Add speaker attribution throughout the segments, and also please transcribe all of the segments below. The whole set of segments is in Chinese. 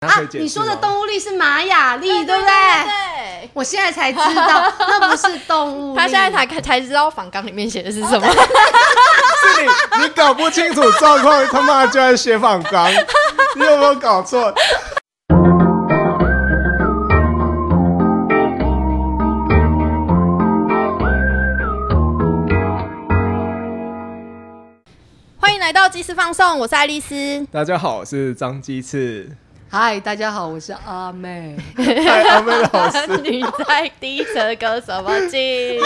Speaker 1: 它
Speaker 2: 啊
Speaker 1: 可以，解释
Speaker 2: 你说的
Speaker 1: 哦
Speaker 2: 动物力是玛雅历，对不对？
Speaker 3: 对。
Speaker 2: 我现在才知道， 那不是动物力。
Speaker 3: 他现在才才知道访纲里面写的是什么，
Speaker 1: 是你，你搞不清楚状况，他妈就在写仿纲，你有没有搞错？
Speaker 3: 欢迎来到即时放送，我是爱丽 丝。
Speaker 1: 大家好，我是张鸡翅，
Speaker 2: 嗨，大家好，我是阿妹。
Speaker 1: 嗨，阿妹老 师，
Speaker 3: 你在低声歌什么 劲？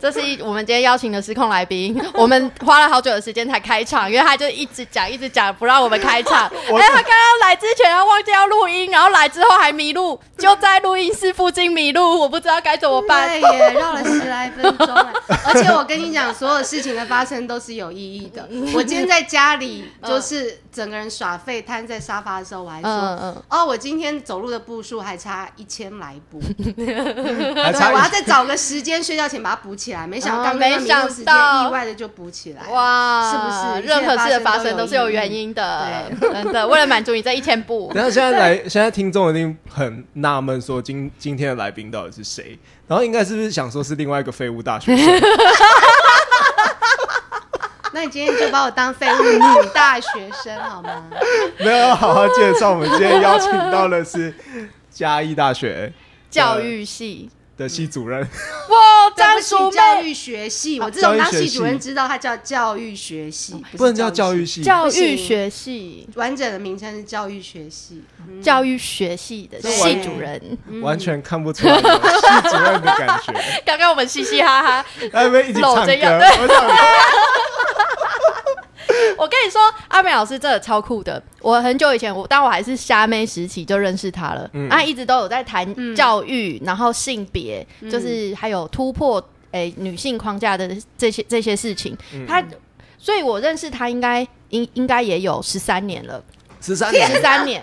Speaker 3: 这是一我们今天邀请的失控来宾， 我们花了好久的时间才开场，因为他就一直讲一直讲，不 让我们开场。
Speaker 1: 我
Speaker 3: 哎，他刚刚来之前他忘记要录音，然后来之后还迷路，就在录音室附近迷路，我不知道该怎么办
Speaker 2: 对。耶，绕了十来分钟 耶，而且我跟你讲，所有事情的发生都是有意义的。我今天在家里就是整个人耍废，瘫在沙发的时候，我还说，
Speaker 3: 嗯嗯
Speaker 2: 哦，我今天走路的步数还差一千来步，
Speaker 1: 还
Speaker 2: 对，
Speaker 1: 差
Speaker 2: 我要
Speaker 1: 一
Speaker 2: 再找个时间睡觉前把它补起来。没想到
Speaker 3: 哦
Speaker 2: 刚刚那
Speaker 3: 没
Speaker 2: 迷
Speaker 3: 想
Speaker 2: 路时间
Speaker 3: 到
Speaker 2: 意外的就补起来，
Speaker 3: 哇，
Speaker 2: 是不是
Speaker 3: 任何事的发生
Speaker 2: 一切发
Speaker 3: 都
Speaker 2: 生都有
Speaker 3: 是有原因的
Speaker 2: 意，
Speaker 3: 真的。为了满足你这一千步，
Speaker 1: 然后现在来，现在听众一定很纳闷，说今今天的来宾到底是谁？然后应该是不是想说是另外一个废物大学生？
Speaker 2: 那你今天就把我当废物女大学生好 吗？
Speaker 1: 没有要好好介绍，我们今天邀请到的是 嘉义大学
Speaker 3: 教育系。
Speaker 1: 的系主任，
Speaker 3: 哇，
Speaker 2: 对不
Speaker 3: 张
Speaker 2: 起
Speaker 3: 淑，
Speaker 2: 教
Speaker 3: 妹，
Speaker 2: 育学系，我
Speaker 1: 啊
Speaker 2: 这种当
Speaker 1: 教育学
Speaker 2: 系
Speaker 1: 系哦
Speaker 2: 主任知道它叫教育学系，
Speaker 1: 不
Speaker 2: 是
Speaker 1: 能叫教育。系，
Speaker 3: 教
Speaker 2: 不
Speaker 3: 育
Speaker 2: 行
Speaker 3: 学系。
Speaker 2: 完整的名称是教育学系，嗯
Speaker 3: 教育学系的
Speaker 1: 对
Speaker 3: 系主任。
Speaker 1: 完全看不出来有系主任的感觉。
Speaker 3: 刚刚我们嘻嘻哈哈，
Speaker 1: 来，我们一起唱歌，
Speaker 3: 搂着要
Speaker 1: 我想说
Speaker 3: 我跟你说，阿美老师真的超酷的。我很久以前，我当我还是虾妹时期就认识她了，
Speaker 1: 嗯
Speaker 3: 她、一直都有在谈教育，然后性别，就是还有突破诶、女性框架的这些这些事情。她，所以我认识她应该应应该也有十三年了，
Speaker 1: 十三
Speaker 3: 十
Speaker 1: 年，
Speaker 3: 三年。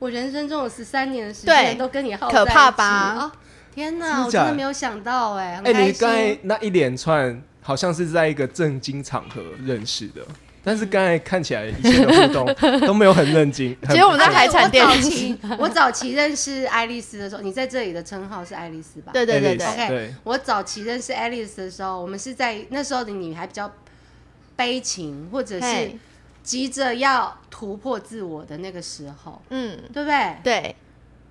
Speaker 2: 我人生中有十三年的时
Speaker 3: 对
Speaker 2: 间都跟你耗
Speaker 3: 可
Speaker 2: 在
Speaker 3: 怕
Speaker 2: 一起
Speaker 3: 吧
Speaker 2: 哦天
Speaker 1: 真的
Speaker 2: 哪，我
Speaker 1: 假
Speaker 2: 真
Speaker 1: 的
Speaker 2: 的没有想到哎，很
Speaker 1: 哎、
Speaker 2: 开
Speaker 1: 你
Speaker 2: 心
Speaker 1: 刚才那一连串好像是在一个正经场合认识的，但是刚才看起来以前的互动都没有很认真。很
Speaker 3: 其实我们在
Speaker 2: 而且
Speaker 3: 海产店
Speaker 2: 我早期我早期认识爱丽丝的时候，你在这里的称号是爱丽丝吧？
Speaker 3: 对对对对，
Speaker 1: Alice，
Speaker 2: OK，
Speaker 1: 对
Speaker 2: 我早期认识 Alice 的时候，我们是在那时候的你还比较悲情，或者是
Speaker 3: 嘿
Speaker 2: 急着要突破自我的那个时候，
Speaker 3: 嗯，
Speaker 2: 对不对？
Speaker 3: 对，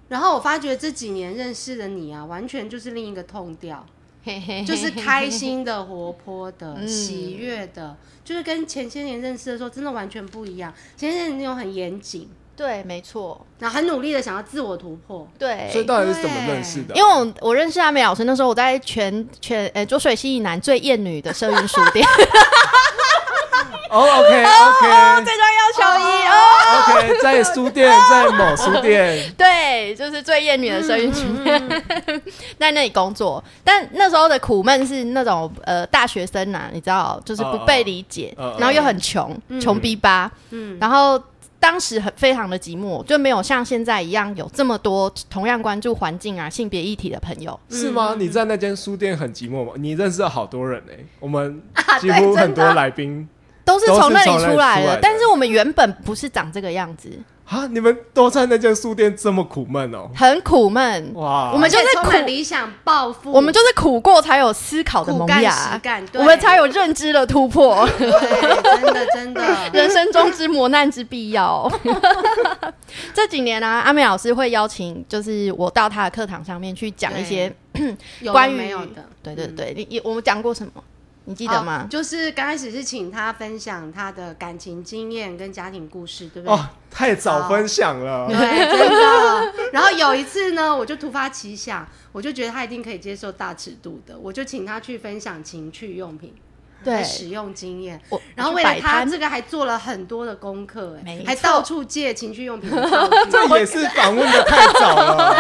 Speaker 2: 然后我发觉这几年认识的你啊，完全就是另一个痛 调，
Speaker 3: 嘿嘿嘿
Speaker 2: 就是开心的、活泼的、
Speaker 3: 嗯
Speaker 2: 喜悦的，就是跟前些年认识的时候真的完全不一样。前些年那种很严谨，
Speaker 3: 对，没错，
Speaker 2: 然后很努力的想要自我突破，
Speaker 3: 对。
Speaker 1: 所以到底是怎么认识的？
Speaker 3: 因为我我认识阿美老师那时候，我在全全呃浊水溪以南最艳女的社运书 店，
Speaker 1: 哦，OK，OK、o k
Speaker 3: 要求一哦，
Speaker 1: OK OK，在书店，在某书店，
Speaker 3: 对，就是最艳女的社运书店，
Speaker 2: 嗯
Speaker 3: 在那里工作。但那时候的苦闷是那种呃大学生呐、你知道，就是不被理解，
Speaker 1: 哦哦哦
Speaker 3: 然后又很穷，穷逼吧，
Speaker 2: 嗯，
Speaker 3: 然后。当时很非常的寂寞，就没有像现在一样有这么多同样关注环境啊、性别议题的朋友。
Speaker 1: 是吗？你在那间书店很寂寞吗？你认识了好多人哎、我们
Speaker 2: 啊
Speaker 1: 几乎
Speaker 2: 对
Speaker 1: 很多
Speaker 2: 真的
Speaker 1: 来宾
Speaker 3: 都是
Speaker 1: 都是
Speaker 3: 从那里
Speaker 1: 从那里
Speaker 3: 出来
Speaker 1: 出来
Speaker 3: 的
Speaker 1: 的，
Speaker 3: 但是我们原本不是长这个样子，
Speaker 1: 啊，你们都在那间书店这么苦闷哦、
Speaker 3: 很苦闷。
Speaker 1: 哇，
Speaker 3: 我们就是
Speaker 2: 而且充满
Speaker 3: 苦
Speaker 2: 理想抱负，
Speaker 3: 我们就是苦过才有思考的
Speaker 2: 苦
Speaker 3: 萌
Speaker 2: 干实
Speaker 3: 芽，
Speaker 2: 干，对
Speaker 3: 我们才有认知的突破，
Speaker 2: 对，真的真的，
Speaker 3: 人生中之磨难之必要。 这几年呢、啊阿美老师会邀请，就是我到她的课堂上面去讲一些，
Speaker 2: 有
Speaker 3: 关
Speaker 2: 关
Speaker 3: 于
Speaker 2: 于没有的，嗯
Speaker 3: 对对对，你你我们讲过什么？你记得
Speaker 2: 哦
Speaker 3: 吗？
Speaker 2: 就是刚开始是请他分享他的感情经验跟家庭故事，对不对？
Speaker 1: 哦，太早分享了，
Speaker 2: 对，真的。然后有一次呢，我就突发奇想，我就觉得他一定可以接受大尺度的，我就请他去分享情趣用品
Speaker 3: 对
Speaker 2: 的，使用经验。
Speaker 3: 我
Speaker 2: 然后
Speaker 3: 我
Speaker 2: 为
Speaker 3: 去
Speaker 2: 了
Speaker 3: 摆
Speaker 2: 他
Speaker 3: 摊
Speaker 2: 这个还做了很多的功课、
Speaker 3: 没
Speaker 2: 哎，还
Speaker 3: 错
Speaker 2: 到处借情趣用品的道具
Speaker 1: 这也是访问的太早了。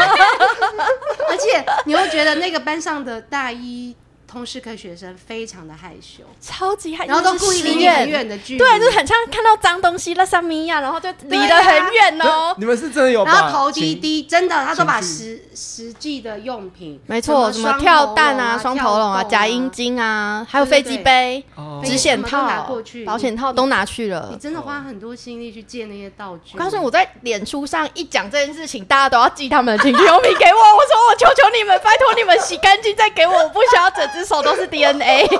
Speaker 2: 而且你会觉得那个班上的大一通识科学生非常的害羞，
Speaker 3: 超级害，
Speaker 2: 然后都
Speaker 3: 就是
Speaker 2: 故意
Speaker 3: 失
Speaker 2: 离你
Speaker 3: 恋
Speaker 2: 很远的距离，
Speaker 3: 对，就是很像看到脏东西、垃圾米呀，然后就离
Speaker 2: 对
Speaker 3: 得
Speaker 2: 啊
Speaker 3: 很远哦。
Speaker 1: 你们是真的有把
Speaker 2: 然后头低
Speaker 1: 情
Speaker 2: 低，真的，他都把
Speaker 1: 情
Speaker 2: 实实际的用品，
Speaker 3: 没错，什
Speaker 2: 什
Speaker 3: 么
Speaker 2: 么
Speaker 3: 跳蛋
Speaker 2: 啊、
Speaker 3: 双头龙
Speaker 2: 啊、
Speaker 3: 夹阴
Speaker 2: 茎，
Speaker 3: 茎啊，还有
Speaker 2: 对
Speaker 3: 飞
Speaker 2: 对
Speaker 3: 机
Speaker 2: 对
Speaker 3: 杯、
Speaker 1: 哦
Speaker 2: 飞
Speaker 3: 纸
Speaker 2: 机
Speaker 3: 显
Speaker 2: 什么都拿
Speaker 3: 套
Speaker 2: 过、去
Speaker 3: 保险套都拿去
Speaker 2: 你
Speaker 3: 了。
Speaker 2: 真的花很多心力去借那些道具。
Speaker 3: 我告诉你，我在脸书上一讲这件事情，大家都要寄他们的情趣用品给我。我说我求求你们，拜托你们洗干净再给我，我不想要整只手都是 DNA。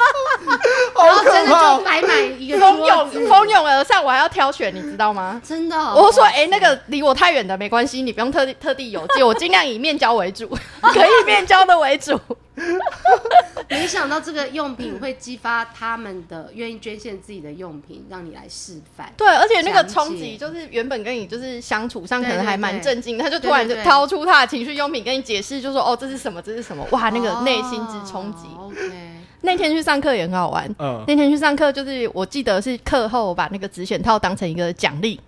Speaker 2: 然
Speaker 1: 好
Speaker 2: 后
Speaker 1: 可
Speaker 2: 真的
Speaker 1: 怕
Speaker 2: 就
Speaker 1: 哦
Speaker 2: 白买一个
Speaker 3: 蜂
Speaker 2: 桌子
Speaker 3: 拥蜂拥而上，我还要挑选，你知道吗？
Speaker 2: 真的，
Speaker 3: 我说，哎、那个离我太远的没关系，你不用特地特地邮寄，我尽量以面交为主， 可以面交的为主。
Speaker 2: 没想到这个用品会激发他们的愿意捐献自己的用品，让你来示范。
Speaker 3: 对，而且那个
Speaker 2: 讲解
Speaker 3: 冲击就是原本跟你就是相处上可
Speaker 2: 对
Speaker 3: 能
Speaker 2: 对
Speaker 3: 还蛮
Speaker 2: 对
Speaker 3: 震惊的，他就
Speaker 2: 对
Speaker 3: 突然就
Speaker 2: 对对
Speaker 3: 掏出他的情绪用品跟你解释，就说哦这是什么，这是什么，哇，那个内心之冲击。
Speaker 2: 哦 OK，
Speaker 3: 那天去上课也很好玩，
Speaker 1: 嗯，
Speaker 3: 那天去上课就是我记得是课后我把那个纸选套当成一个奖励，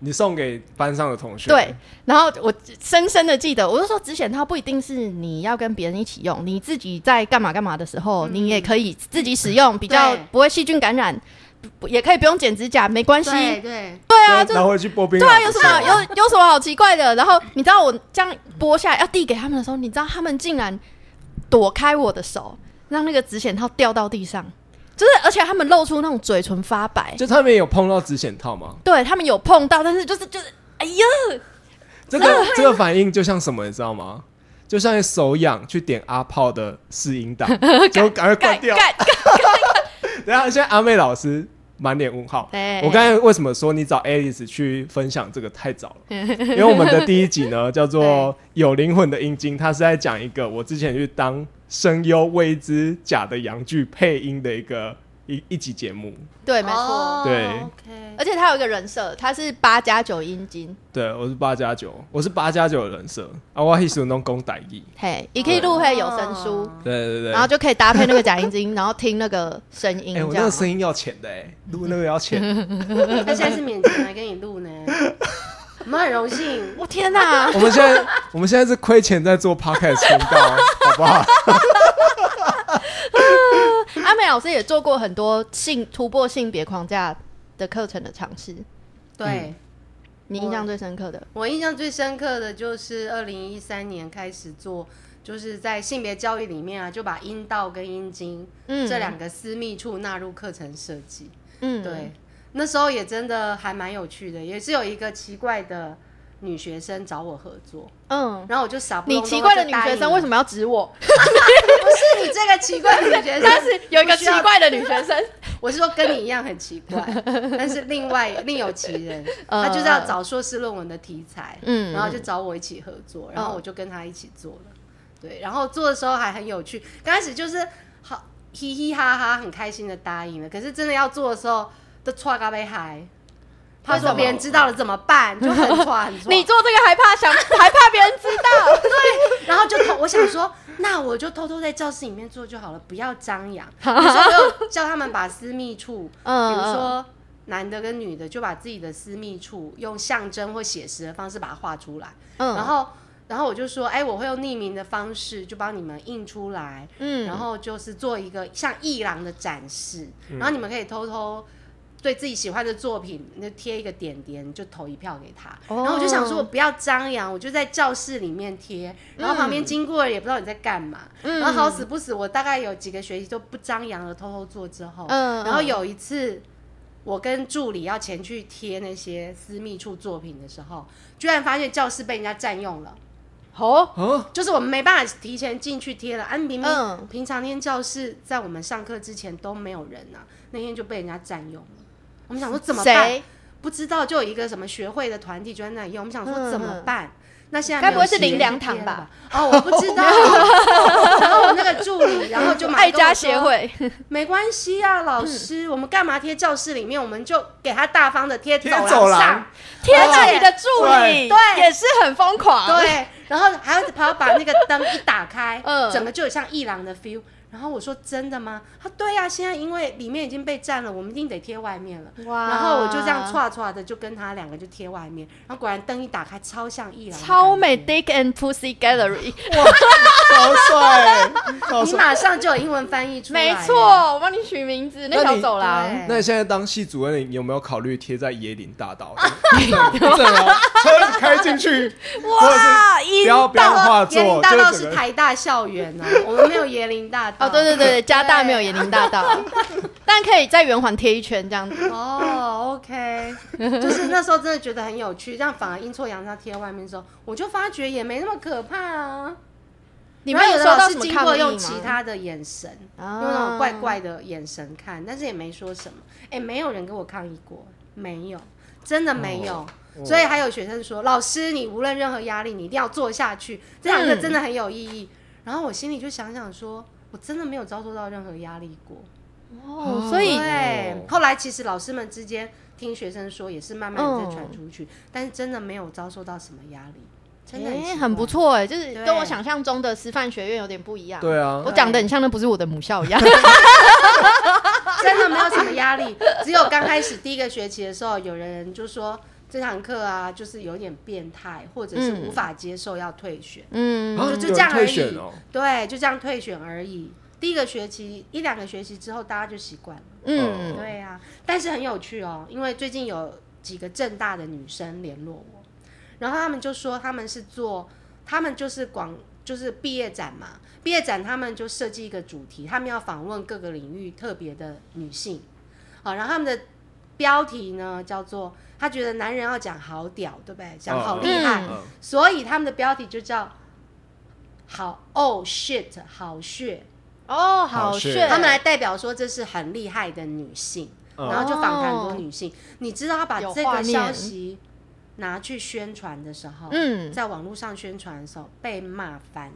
Speaker 1: 你送给班上的同学，
Speaker 3: 对，，然后我深深的记得，我就说纸显套不一定是你要跟别人一起用，你自己在干嘛干嘛的时候，你也可以自己使用，比较
Speaker 2: 嗯对
Speaker 3: 不会细菌感染，不也可以不用剪指甲，没关系。
Speaker 2: 对对，
Speaker 3: 对啊，就
Speaker 1: 拿回去剥冰，
Speaker 3: 对啊，有什么有有什么好奇怪的？然后你知道我这样剥下来要递给他们的时候，你知道他们竟然躲开我的手，让那个纸显套掉到地上，就是而且他们露出那种嘴唇发白，
Speaker 1: 就他们有碰到纸显套吗？
Speaker 3: 对他们有碰到，但是就是就是，哎呀，
Speaker 1: 这个这个反应就像什么，你知道吗？就像你手痒去点阿炮的试音 档，就赶快关
Speaker 3: 干
Speaker 1: 掉。
Speaker 3: 干
Speaker 1: 然后现在阿妹老师满脸问号。
Speaker 3: 对
Speaker 1: 我刚才为什么说你找 Alice 去分享这个太 早了？因为我们的第一集呢叫做《有灵魂的阴茎》，它是在讲一个我之前去当声优为之假的洋剧配音的一个一一集节目。
Speaker 3: 对，没错。
Speaker 2: 哦
Speaker 1: 对
Speaker 2: ，OK，
Speaker 3: 而且他有一个人设，他是八加九阴茎，
Speaker 1: 对，我是八加九，我是八加九的人设啊，我是弄公歹意。
Speaker 3: 嘿，一 K 路会有声书，
Speaker 1: 对对对。
Speaker 3: 然后就可以搭配那个假阴茎，然后听那个声音，
Speaker 1: 哎、
Speaker 3: 这样
Speaker 1: 我那个
Speaker 3: 吗
Speaker 1: 声音要钱的哎、录那个要钱。
Speaker 2: 哦他现在是勉强来跟你录 呢，我们很荣幸。
Speaker 3: 我天哪！
Speaker 1: 我们现在我们现在是亏钱在做 podcast 频道，好不 好？
Speaker 3: 阿美老师也做过很多性突破性别框架的课程的尝试，
Speaker 2: 对
Speaker 3: 你印象最深刻的？
Speaker 2: 我印象最深刻的就是二零一三年开始做，就是在性别教育里面啊，就把阴道跟阴茎
Speaker 3: 嗯
Speaker 2: 这两个私密处纳入课程设计。
Speaker 3: 嗯，
Speaker 2: 对，那时候也真的还蛮有趣的，也是有一个奇怪的女学生找我合作，
Speaker 3: 嗯，
Speaker 2: 然后我就傻不
Speaker 3: 你
Speaker 2: 隆咚
Speaker 3: 奇怪的
Speaker 2: 就
Speaker 3: 女
Speaker 2: 答
Speaker 3: 学
Speaker 2: 应
Speaker 3: 生为
Speaker 2: 了
Speaker 3: 什么要指我？
Speaker 2: 不是你这个奇怪的女 学
Speaker 3: 但
Speaker 2: 生？
Speaker 3: 是有一个
Speaker 2: 不
Speaker 3: 奇
Speaker 2: 需要
Speaker 3: 怪的女 学生，
Speaker 2: 我是说跟你一样很奇 怪，但是另外另有其人，
Speaker 3: 呃
Speaker 2: 她就是要找硕士论文的题材，
Speaker 3: 嗯
Speaker 2: 然后就找我一起合作，然后
Speaker 3: 嗯
Speaker 2: 我就跟她一起做了，对，然后做的时候还很有趣，刚开始就是好嘻嘻哈哈，很开心的答应了，可是真的要做的时候都错嘎被嗨。怕
Speaker 1: 为什
Speaker 2: 说
Speaker 1: 么
Speaker 2: 别人知道了怎么办，就很错很错。
Speaker 3: 你做这个还怕想还怕别人知道？
Speaker 2: 然后就偷，我想说， 那我就偷偷在教室里面做就好了，不要张 扬。有时候我有叫他们把私密处，
Speaker 3: 嗯
Speaker 2: 比如说男的跟女的，就把自己的私密处用象征或写实的方式把它画出来。然
Speaker 3: 嗯
Speaker 2: 后，然后我就说，哎，我会用匿名的方式就帮你们印出来，
Speaker 3: 嗯，
Speaker 2: 然后就是做一个像艺廊的展示，然后你们可以偷偷。对自己喜欢的作品，你就贴一个点点，你就投一票给他。
Speaker 3: 哦
Speaker 2: 然后我就想说，我不要张扬，我就在教室里面贴，
Speaker 3: 嗯
Speaker 2: 然后旁边经过的人也不知道你在干嘛。然后好死不死，我大概有几个学期都不张扬的偷偷做之后，
Speaker 3: 嗯
Speaker 2: 然后有一次，我跟助理要前去贴那些私密处作品的时候，居然发现教室被人家占用了。
Speaker 3: 哦，
Speaker 1: 哦，
Speaker 2: 就是我们没办法提前进去贴了，安明明、
Speaker 3: 嗯
Speaker 2: 平常天教室在我们上课之前都没有人啊，那天就被人家占用了。我们想说怎么办？
Speaker 3: 谁？
Speaker 2: 不知道，就有一个什么学会的团体就在那里用，我们想
Speaker 3: 嗯
Speaker 2: 说怎么办？那现在
Speaker 3: 该不会是
Speaker 2: 没有时间
Speaker 3: 林良堂
Speaker 2: 贴了
Speaker 3: 吧
Speaker 2: 吧？哦，我不知 道。然后我那个助理，然后就马上
Speaker 3: 爱
Speaker 2: 跟我说
Speaker 3: 家协会，嗯
Speaker 2: 没关系啊，老师，我们干嘛贴教室里面？我们就给他大方的贴
Speaker 1: 贴
Speaker 2: 走
Speaker 1: 走廊
Speaker 2: 廊上。
Speaker 3: 天哪！
Speaker 2: 对
Speaker 3: 你的助
Speaker 2: 对
Speaker 3: 理
Speaker 2: 对
Speaker 3: 也是很疯狂，
Speaker 2: 对，然后还要还要把那个灯一打开，
Speaker 3: 嗯
Speaker 2: 整个就有像一郎的 feel。然后我说真的吗？他对呀、现在因为里面已经被占了，我们一定得贴外面了。
Speaker 3: 哇
Speaker 2: 然后我就这样歘歘的就跟他两个就贴外面，然后果然灯一打开，超像艺廊，
Speaker 3: 超美。Dick and Pussy Gallery，
Speaker 1: 超帅，超
Speaker 2: 你
Speaker 1: 帅。
Speaker 2: 马上就有英文翻译出来，
Speaker 3: 没错，我帮你取名字，那
Speaker 1: 那
Speaker 3: 条
Speaker 1: 你
Speaker 3: 走廊。
Speaker 1: 那你现在当系主任，你有没有考虑贴在椰林大道？正哦，车子开进去，或者是
Speaker 3: 哇，一
Speaker 1: 不要不要画
Speaker 2: 椰林
Speaker 1: 作，
Speaker 2: 大
Speaker 1: 就
Speaker 2: 道
Speaker 1: 是
Speaker 2: 是
Speaker 1: 整个
Speaker 2: 台大校园呢、 我们没有椰林大道。
Speaker 3: 啊哦，对对对， 对加大没有延陵大道，但可以在圆环贴一圈这样子。
Speaker 2: 哦，OK，就是那时候真的觉得很有趣，这样反而阴错阳差贴在外面的时候，我就发觉也没那么可怕啊。
Speaker 3: 你
Speaker 2: 然
Speaker 3: 们
Speaker 2: 后有的
Speaker 3: 收
Speaker 2: 老
Speaker 3: 到
Speaker 2: 师
Speaker 3: 什么
Speaker 2: 经
Speaker 3: 抗
Speaker 2: 过
Speaker 3: 议吗？
Speaker 2: 用其他的眼神，
Speaker 3: 啊
Speaker 2: 用那种怪怪的眼神看，但是也没说什么。哎，没有人跟我抗议过，没有，真的没有。所以还有学生说，老师，你无论任何压力，你一定要做下去，这两个
Speaker 3: 嗯
Speaker 2: 真的很有意义。然后我心里就想想说，我真的没有遭受到任何压力过。
Speaker 3: 哦，所以
Speaker 2: 对
Speaker 1: 哦，
Speaker 2: 后来其实老师们之间听学生说，也是慢慢的在
Speaker 3: 嗯
Speaker 2: 传出去，但是真的没有遭受到什么压力，真的
Speaker 3: 哎、
Speaker 2: 奇怪
Speaker 3: 很不。错哎、就是
Speaker 2: 对
Speaker 3: 跟我想象中的师范学院有点不一样。
Speaker 1: 对啊
Speaker 3: 我，讲的很像，那不是我的母校一样。
Speaker 2: 真的没有什么压力，只有刚开始第一个学期的时候，有人就说这堂课啊，就是有点变态，或者是
Speaker 3: 嗯
Speaker 2: 无法接受要退选，
Speaker 3: 嗯，
Speaker 1: 啊
Speaker 2: 就就
Speaker 1: 有
Speaker 2: 这样而
Speaker 1: 退
Speaker 2: 已
Speaker 1: 选哦。
Speaker 2: 对，就这样退选而已。第一个学期一两个学期之后，大家就习惯了。
Speaker 3: 嗯，
Speaker 2: 对呀、但是很有趣哦，因为最近有几个正大的女生联络我，然后他们就说他们是做，他们就是广就是毕业展嘛，毕业展他们就设计一个主题，他们要访问各个领域特别的女性，好、然后他们的标题呢叫做他觉得男人要讲好屌，对不对？讲好厉害，
Speaker 3: 嗯
Speaker 1: 嗯
Speaker 2: 所以他们的标题就叫好 oh shit 好血。
Speaker 3: 哦，
Speaker 1: 好
Speaker 3: 好
Speaker 1: 是
Speaker 3: 炫，
Speaker 2: 他们来代表说这是很厉害的女性，
Speaker 1: 嗯
Speaker 2: 然后就访谈很多女性。你知道他把
Speaker 3: 有
Speaker 2: 这
Speaker 3: 画
Speaker 2: 个
Speaker 3: 面
Speaker 2: 消息拿去宣传的时候，
Speaker 3: 嗯
Speaker 2: 在网络上宣传的时候被骂翻，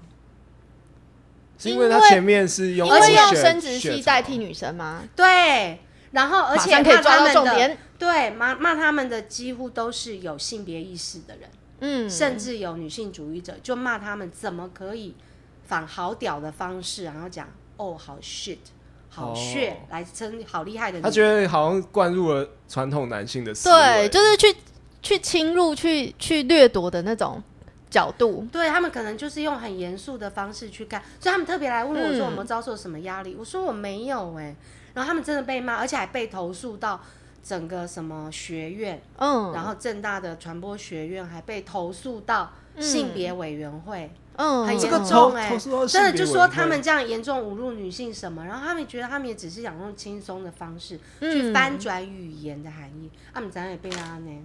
Speaker 1: 是因为他前面是用
Speaker 3: 因为用
Speaker 1: 血
Speaker 3: 生殖器代替，
Speaker 1: 血
Speaker 3: 女神吗？
Speaker 2: 对。然后，而且
Speaker 3: 马上可以
Speaker 2: 骂
Speaker 3: 抓
Speaker 2: 他
Speaker 3: 到
Speaker 2: 们
Speaker 3: 重
Speaker 2: 的
Speaker 3: 点，
Speaker 2: 对骂骂他们的几乎都是有性别意识的人，
Speaker 3: 嗯，
Speaker 2: 甚至有女性主义者，就骂他们怎么可以仿好屌的方式，然后讲哦好 shit 好
Speaker 1: 哦
Speaker 2: 血、来称好厉害的
Speaker 1: 潮他
Speaker 2: 女
Speaker 1: 觉得好像灌入了传统男性的思
Speaker 3: 对，
Speaker 1: 维，
Speaker 3: 就是去去侵入、去去掠夺的那种角度。
Speaker 2: 对他们可能就是用很严肃的方式去看，所以他们特别来问我说我
Speaker 3: 嗯
Speaker 2: 们遭受什么压力，我说我没有哎、然后他们真的被骂，而且还被投诉到整个什么学院，
Speaker 3: 嗯，
Speaker 2: 然后正大的传播学院还被投诉到
Speaker 1: 嗯
Speaker 2: 性别委员会，
Speaker 3: 嗯，
Speaker 2: 很
Speaker 1: 这
Speaker 2: 严
Speaker 1: 个
Speaker 2: 重
Speaker 1: 投
Speaker 2: 哎、
Speaker 1: 投诉哦到性
Speaker 2: 真的
Speaker 1: 别
Speaker 2: 就
Speaker 1: 委
Speaker 2: 说
Speaker 1: 员
Speaker 2: 他
Speaker 1: 会
Speaker 2: 们这样严重侮辱女性什么，然后他们觉得他们也只是想用轻松的方式去
Speaker 3: 嗯
Speaker 2: 翻转语言的含义，啊他们咱也被拉呢。